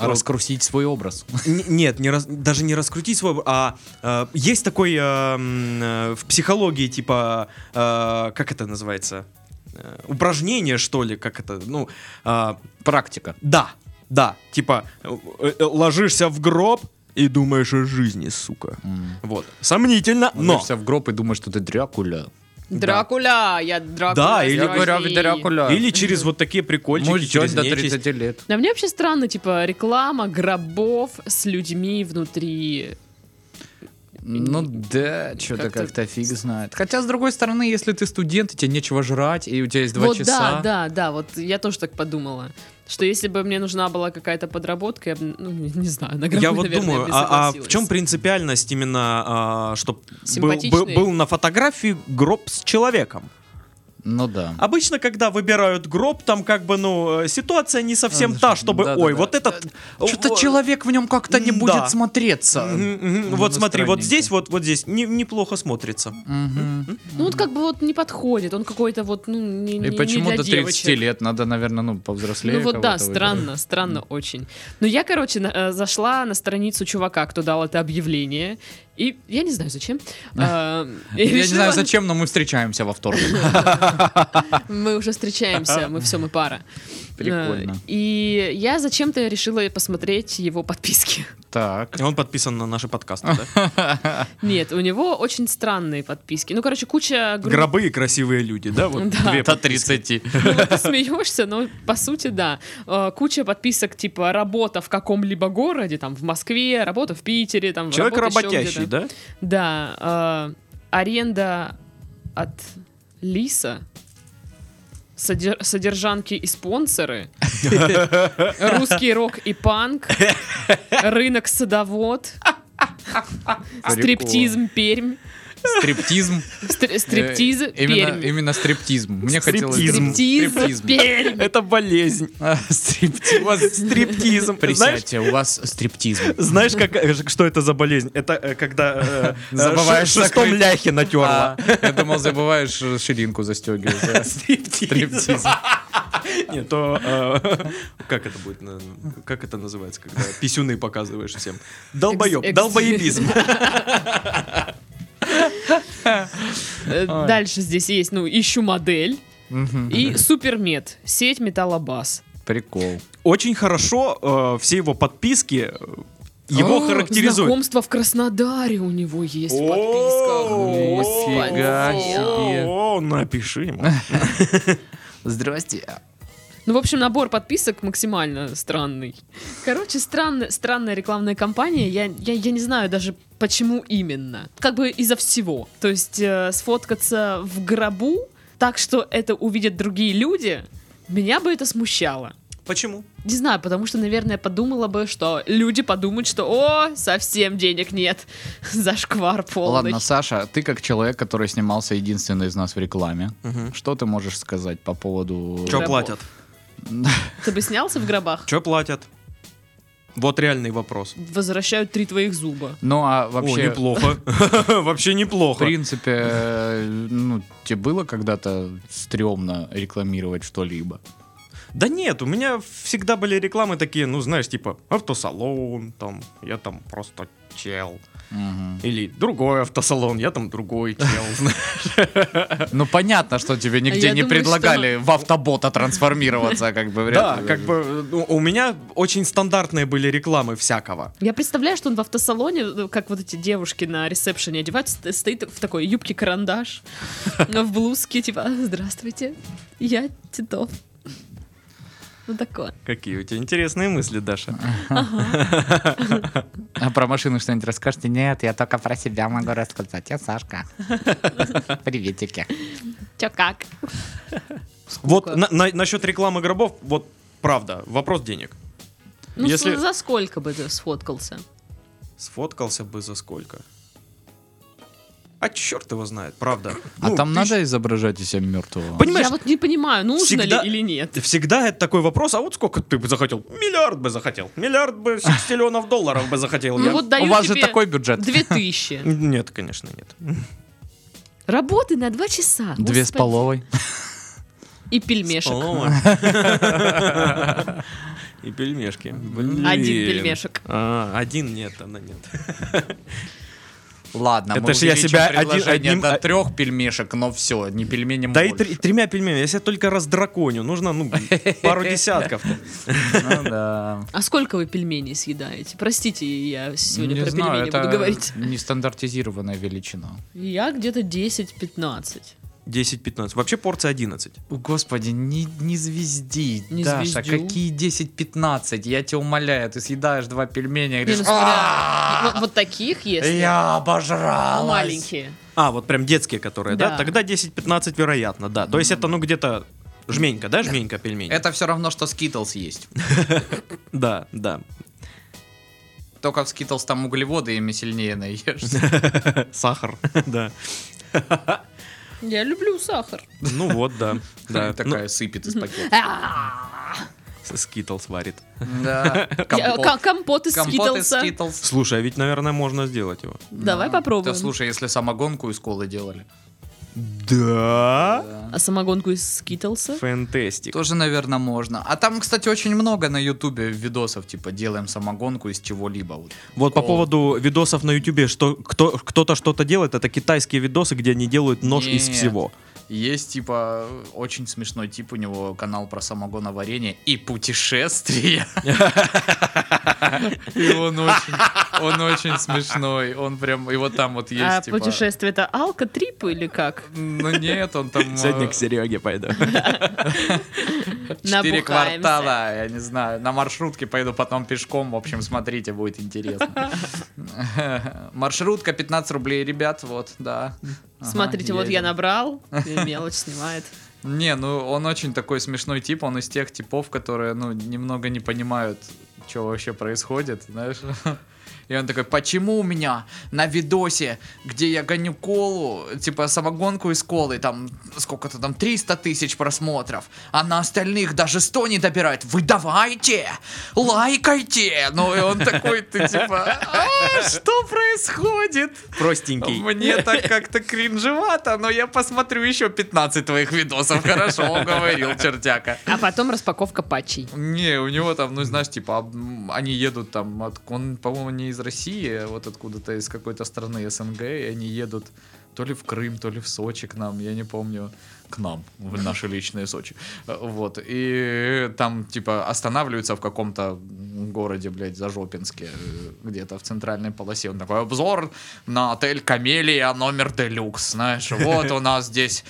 А Раскрутить свой образ.
Н- Нет, не раз- даже не раскрутить свой, а э, есть такой э, м, э, в психологии типа э, как это называется Э, упражнение что ли, как это, ну э,
Практика.
да, да, типа э, э, ложишься в гроб и думаешь о жизни, сука. Вот, сомнительно, но
Ложишься в гроб и думаешь, что ты Дрякуля.
Да.
Дракуля, я Дракуля.
Да, или
здрасте.
или через вот такие прикольчики, через
Мужчина до
нечисть.
30 лет.
А мне вообще странно, типа, реклама гробов с людьми внутри.
Ну да, что-то
Как-то-
как-то фиг знает. Хотя, с другой стороны, если ты студент, и тебе нечего жрать, и у тебя есть два
вот да,
часа.
да, да, вот я тоже так подумала. Что если бы мне нужна была какая-то подработка, я бы, ну, не, не знаю, на гробы,
Я вот
наверное,
думаю,
бы
а, а в
согласилась.
чем принципиальность именно, чтобы был,
Симпатичный.
был на фотографии гроб с человеком?
Ну да.
Обычно, когда выбирают гроб, там как бы, ну, э, ситуация не совсем
Да,
та, чтобы,
да, да,
ой,
да.
вот этот...
Э, Что-то
о-
человек в нем как-то не
М, да.
будет смотреться.
Мгм, мгм.
Ну,
Вот смотри, вот
странненько.
здесь, вот, вот здесь не- неплохо смотрится.
Мгм.
Ну, вот как бы вот не подходит, он какой-то вот, ну, не, не-
И
не
почему
для
до 30
девочек.
лет? Надо, наверное, ну, повзрослее
Ну вот да,
кого-то выбирать.
странно, странно очень. Но я, короче, на- э, зашла на страницу чувака, кто дал это объявление, и я не знаю
<laughs>
зачем. э, и
Я не
решила-
знаю зачем, но мы встречаемся во вторник.
<laughs>
<laughs>
Мы уже встречаемся, мы все, мы пара.
Прикольно.
Э, И я зачем-то решила посмотреть его подписки. <laughs>
Так.
И Он подписан на наши подкасты, да?
Нет, у него очень странные подписки. Ну, короче, куча гру-
<laughs> Гробы и красивые люди, да? Вот
Да.
две
До
подписки.
30.
Ну, вот ты смеешься, но по сути, да. Э, Куча подписок, типа, работа в каком-либо городе, там, в Москве, работа в Питере, там,
Человек
работа ещё
работящий,
где-то.
да?
Да. э, Аренда от Лиса, содер- содержанки и
<laughs>
спонсоры, русский рок и панк, рынок садовод, стриптизм Пермь,
Стриптизм.
стр- стриптиз
Э, Именно
Пермь.
именно стриптизм. Мне хотелось...
Стриптизм.
Стриптиз Пермь.
Это болезнь.
<laughs> А, Стриптизм.
У вас стриптизм. Знаешь,
Присядьте, у вас стриптизм.
знаешь, как, э, ж- что это за болезнь? Это э, когда э, э,
Забываешь
ш- шестом
закрыть.
ляхи натерла.
А, Я думал, забываешь э, ширинку застегивать. а. <laughs>
<laughs>
Стриптизм.
Не, то э, как это будет, на- как это называется, когда писюны показываешь всем? Долбоеб,
Экс- экс-
долбоебизм.
Э,
Ой.
Дальше здесь есть, ну, ищу модель.
Мгм.
И Супермед, сеть металлобаз.
Прикол.
<laughs> Очень хорошо э, все его подписки э, его
А,
О,
характеризуют.
Знакомство в Краснодаре у него есть в
О,
подписках.
нифига
Господи.
себе.
О, напиши ему.
Здрасте.
Ну, в общем, набор подписок максимально странный. Короче, странная, странная рекламная кампания. Я, я, я не знаю даже, почему именно. Как бы из-за всего. То есть э, сфоткаться в гробу так, что это увидят другие люди, меня бы это смущало.
Почему?
Не знаю, потому что, наверное, подумала бы, что люди подумают, что «О, совсем денег нет, <laughs> зашквар полный».
Ладно, Саша, ты как человек, который снимался единственный из нас в рекламе, что ты можешь сказать по поводу...
Че
Рабов.
платят?
Ты бы снялся в гробах?
Че платят? Вот реальный вопрос.
Возвращают три твоих зуба.
Ну, а
О,
вообще...
<laughs> неплохо. Вообще
В
неплохо.
принципе, э, ну, тебе было когда-то стрёмно рекламировать что-либо?
Да нет, у меня всегда были рекламы такие, ну знаешь, типа автосалон, там, я там просто чел.
Мгм.
Или другой автосалон, я там другой чел.
Ну, понятно, что тебе нигде
Я
не
думаю, ну,
предлагали в автобота трансформироваться, как бы вряд
Да,
ли.
как бы ну, у меня очень стандартные были рекламы всякого.
Я представляю, что он в автосалоне, ну, как вот эти девушки на ресепшене одеваются, ст- стоит в такой <laughs> юбке-карандаш, в блузке, типа «Здравствуйте, я Титов». Ну, такое.
Какие у тебя интересные мысли, Даша.
А про машину что-нибудь расскажете? Нет, я только про себя могу рассказать.
<laughs>
Я Сашка. Приветики.
Чё как?
Вот на- на- насчет рекламы гробов, вот правда, вопрос денег.
Ну,
Если-
с- за сколько бы ты сфоткался?
Сфоткался бы за сколько? А черт его знает, правда.
А
Ну,
там
ты
надо изображать из себя мертвого.
Понимаешь,
Я вот не понимаю, нужно
всегда-
ли или нет.
Всегда это такой вопрос, а вот сколько ты бы захотел? Миллиард бы захотел. Миллиард бы 6 миллионов долларов бы захотел.
Ну
я.
вот даю
У вас же
тебе
такой бюджет.
<laughs>
2000.
Нет, конечно, нет.
Работы на два часа.
Две с
господи.
половой.
И пельмешек.
<laughs> Поломан. И пельмешки. Блин.
Один пельмешек.
А, один нет, она нет.
Ладно,
Это ж я
увеличим
себя один-
предложение
одним-
до трех пельмешек, но все, не пельменем
Да и
больше.
три- тремя пельменями, я себя только раздраконю. Нужно, ну, <laughs> пару десятков.
Ну да.
А сколько вы пельменей съедаете? Простите, я сегодня
Не
про
знаю,
пельмени буду говорить. <laughs>
это нестандартизированная величина.
Я где-то 10-15.
10-15. Вообще порция 11.
О, Господи, не, не звезди,
Не
Даша,
звездю.
какие 10-15, я тебя умоляю, ты съедаешь два пельменя и
Не, ну,
говоришь,
смотря-
«А,
Вот, вот таких есть.
я обожралась.
Маленькие.
А, вот прям детские, которые, да?
Да.
Тогда 10-15, вероятно, да. То есть это, ну, где-то жменька, да, жменька пельменей?
Это все равно, что Скитлс есть.
Да, да.
Только в Скитлс там углеводы, ими сильнее наешься.
Сахар, <laughs> да.
Я люблю сахар.
Ну вот,
<laughs>
да. Да,
Такая сыпет
<laughs>
из пакета.
Скитл сварит.
Да.
Я- ка-
Компот.
Э, Компот из
Компот из
скитлса.
Скитлс.
Слушай, а ведь, наверное, можно сделать его.
Давай
Да
попробуем.
слушай, если самогонку из колы делали.
Да?
А самогонку из скитлса?
Фантастик.
Тоже, наверное, можно. А там, кстати, очень много на Ютубе видосов, типа, делаем самогонку из чего-либо. Вот.
Вот по
О.
поводу видосов на Ютубе, что кто, кто-то что-то делает, это китайские видосы, где они делают нож из
Нет.
всего.
Есть, типа, очень смешной тип, у него канал про самогоноварение и путешествия. И он очень, он очень смешной. Он прям, его там вот
А
есть, типа...
путешествие это алкотрип или как?
Ну нет, он там...
Сегодня
э,
к Сереге пойду.
Четыре
Набухаемся.
квартала, я не знаю. На маршрутке пойду потом пешком. В общем, смотрите,
<laughs>
будет интересно. Маршрутка 15 рублей, ребят, вот, да. Ага,
Смотрите, вот я
едем. <laughs>
набрал, и мелочь снимает.
Не, ну он очень такой смешной тип, он из тех типов, которые, ну, немного не понимают, что вообще происходит, знаешь. И он такой, почему у меня на видосе, где я гоню колу, типа самогонку из колы, там сколько-то там, 300 тысяч просмотров, а на остальных даже 100 не добирает. Вы давайте, лайкайте. Ну и он такой, ты типа, «А, что происходит?
Простенький.
Мне так как-то кринжевато, но я посмотрю еще 15 твоих видосов. Хорошо, говорил чертяка.
А потом распаковка патчей.
Не, у него там, ну знаешь, типа, об- м, они едут там, от, он, по-моему, не из России, а вот откуда-то из какой-то страны СНГ, и они едут то ли в Крым, то ли в Сочи к нам, я не помню, к нам, в наши личные Сочи. Э, Вот, и там, типа, останавливаются в каком-то городе, блядь, Зажопинске, э, где-то в центральной полосе. Он такой, обзор на отель Камелия номер Делюкс, знаешь, вот у нас здесь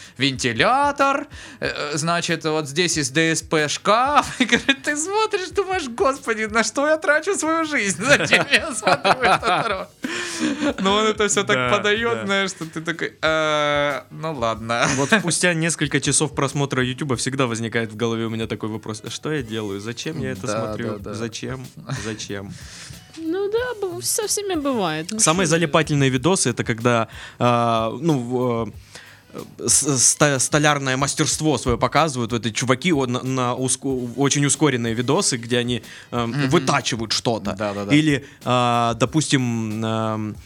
вентилятор, э, значит, вот здесь из ДСП шкаф. <laughs> И говорит, ты смотришь, думаешь, господи, на что я трачу свою жизнь? <laughs> Зачем я смотрю этот рот? Но он это все
Да,
так подает,
да.
знаешь, что ты такой, «Э, ну ладно.
Вот спустя несколько часов просмотра Ютуба всегда возникает в голове у меня такой вопрос. Что я делаю? Зачем я это
Да,
смотрю?
да, да.
Зачем? Зачем?
Ну да, б- со всеми бывает. Ну,
Самые
что-
залипательные видосы это когда а, ну в, э, с- ста- столярное мастерство свое показывают. Вот эти чуваки вот на, на уску- очень ускоренные видосы, где они эм, вытачивают что-то.
Да-да-да.
Или, а, допустим, эм,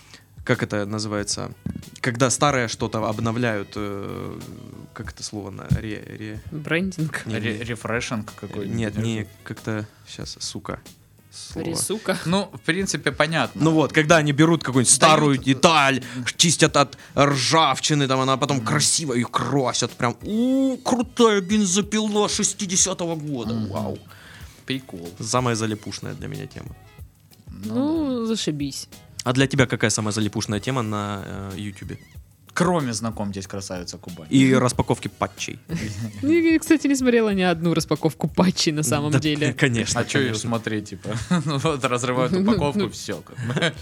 как это называется, когда старое что-то обновляют. э, как это слово на ре, ре-
Брендинг.
не,
Ре-
не.
Рефрешинг какой-нибудь.
Нет, не как-то сейчас сука. слово.
Рисука.
Ну, в принципе, понятно.
Ну вот, когда они берут какую-нибудь старую
Дают-
деталь, чистят от ржавчины, там она потом красиво ее красят, прям, у крутая бензопила 60-го года, вау.
Прикол.
Самая залипушная для меня тема.
Ну, зашибись.
А для тебя какая самая залипушная тема на э, Ютубе?
Кроме знакомьтесь, красавица Кубань.
И распаковки патчей.
Ну, Я, кстати, не смотрела ни одну распаковку патчей на самом
Да,
деле.
<laughs> Конечно.
А что ее
конечно.
смотреть, типа? <laughs> Ну вот, разрывают <laughs> упаковку, все.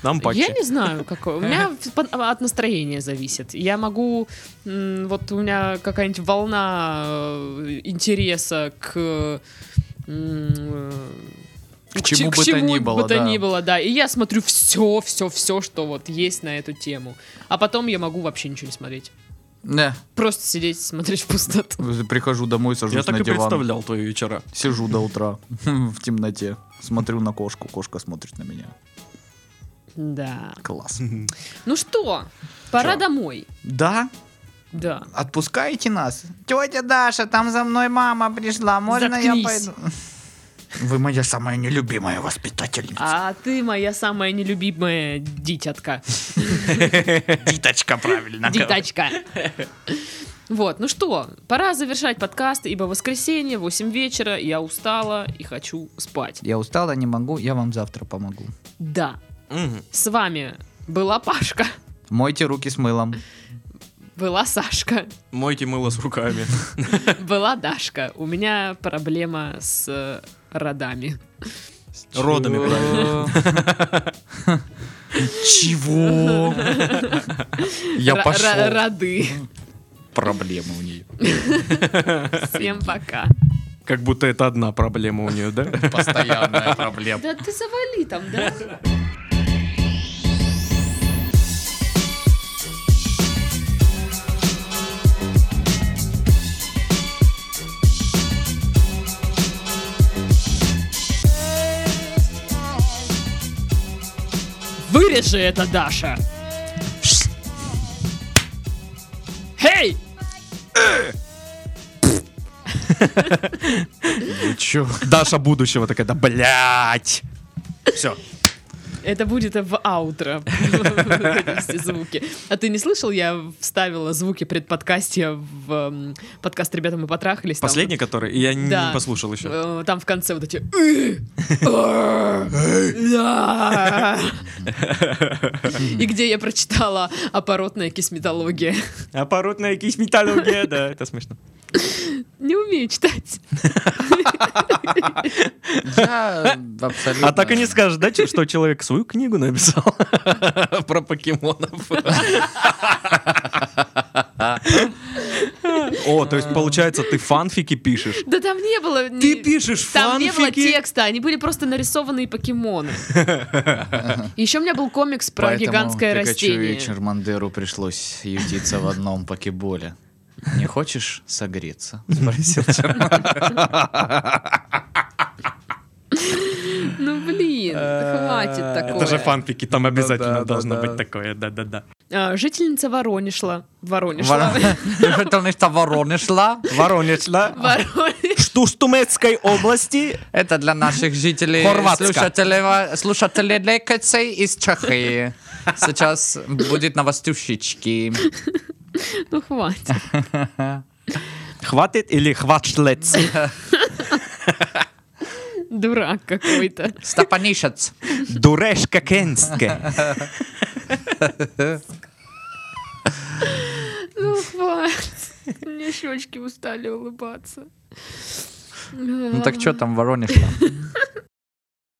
Нам
Я
патчи.
не знаю, какой. У <laughs> меня в- по- от настроения зависит. Я могу... м, Вот у меня какая-нибудь волна э, интереса к... м, э,
К
Ч-
чему бы то ни
бы
было,
то
да.
ни было, да. И я смотрю все, все, все, что вот есть на эту тему. А потом я могу вообще ничего не смотреть.
Да.
Просто сидеть и смотреть в пустоту.
Прихожу домой, сажусь
Я так
на
и
диван.
представлял твои вечера.
Сижу до утра <laughs> в темноте. Смотрю на кошку, кошка смотрит на меня.
Да.
Класс.
Ну что, пора
Чё?
домой.
Да?
Да.
Отпускаете нас? Тетя Даша, там за мной мама пришла. Можно я
Заткнись.
пойду? Вы моя самая нелюбимая воспитательница.
А ты моя самая нелюбимая дитятка. А.
Диточка, правильно.
Дитачка. Вот, ну что, пора завершать подкаст, ибо воскресенье, 8 вечера, я устала и хочу спать.
Я устала, не могу, я вам завтра помогу.
Да,
Мгм.
с вами была Пашка, <laughs>
Мойте руки с мылом.
была Сашка, <laughs>
Мойте мыло с руками.
была Дашка. У меня проблема с э, родами.
Родами, правильно.
<laughs>
Чего? Я
Ра- ра-
пошел.
Роды.
Проблемы у нее.
Всем пока.
Как будто это одна проблема у нее, да? <laughs>
Постоянная проблема.
Да ты завали там, да? Вырежи это, Даша! Хей!
Даша будущего такая, да блять. Все.
Это будет в аутро. <laughs> Вот эти все звуки. А ты не слышал, я вставила звуки предподкастия в эм, подкаст «Ребята, мы потрахались». там
Последний, который я
Да.
не послушал еще.
Э, Там в конце вот эти... «Э, э, да». И где я прочитала аппаратная кисметология.
Аппаратная кисть
<laughs>
металлургия, да, это смешно.
Не умею читать.
абсолютно.
А так и не скажешь, да, че- что человек свою
<laughs>
книгу написал про покемонов. О, то есть получается, ты фанфики пишешь.
Да там не было... ни-
Ты пишешь
Там не было
фанфики.
текста, они были просто нарисованные
<laughs>
покемоны. Еще у меня был комикс про гигантское растение.
вечер Мандеру пришлось ютиться в одном покеболе. Не хочешь согреться? Спросил
Ну блин, <laughs> хватит такого.
Э, Это же фанфики, там обязательно
Да-да-да-да.
должно быть такое, да-да-да.
А, Жительница Воронежла. Воронежла.
<laughs>
Воронеж шла.
Воронеж, да?
<laughs> Воронеж.
Штуштумецкой области.
Это для наших жителей,
Хорватска.
слушателей, ва- слушателей лекций из Чехии. Сейчас будет новостюшечки.
Ну хватит.
Хватит или хватшлец?
Дурак какой-то.
Стапанишец.
Дурешка кенская.
Ну хватит. Мне щечки устали улыбаться.
Ну,
Ну так что там Воронеж? там?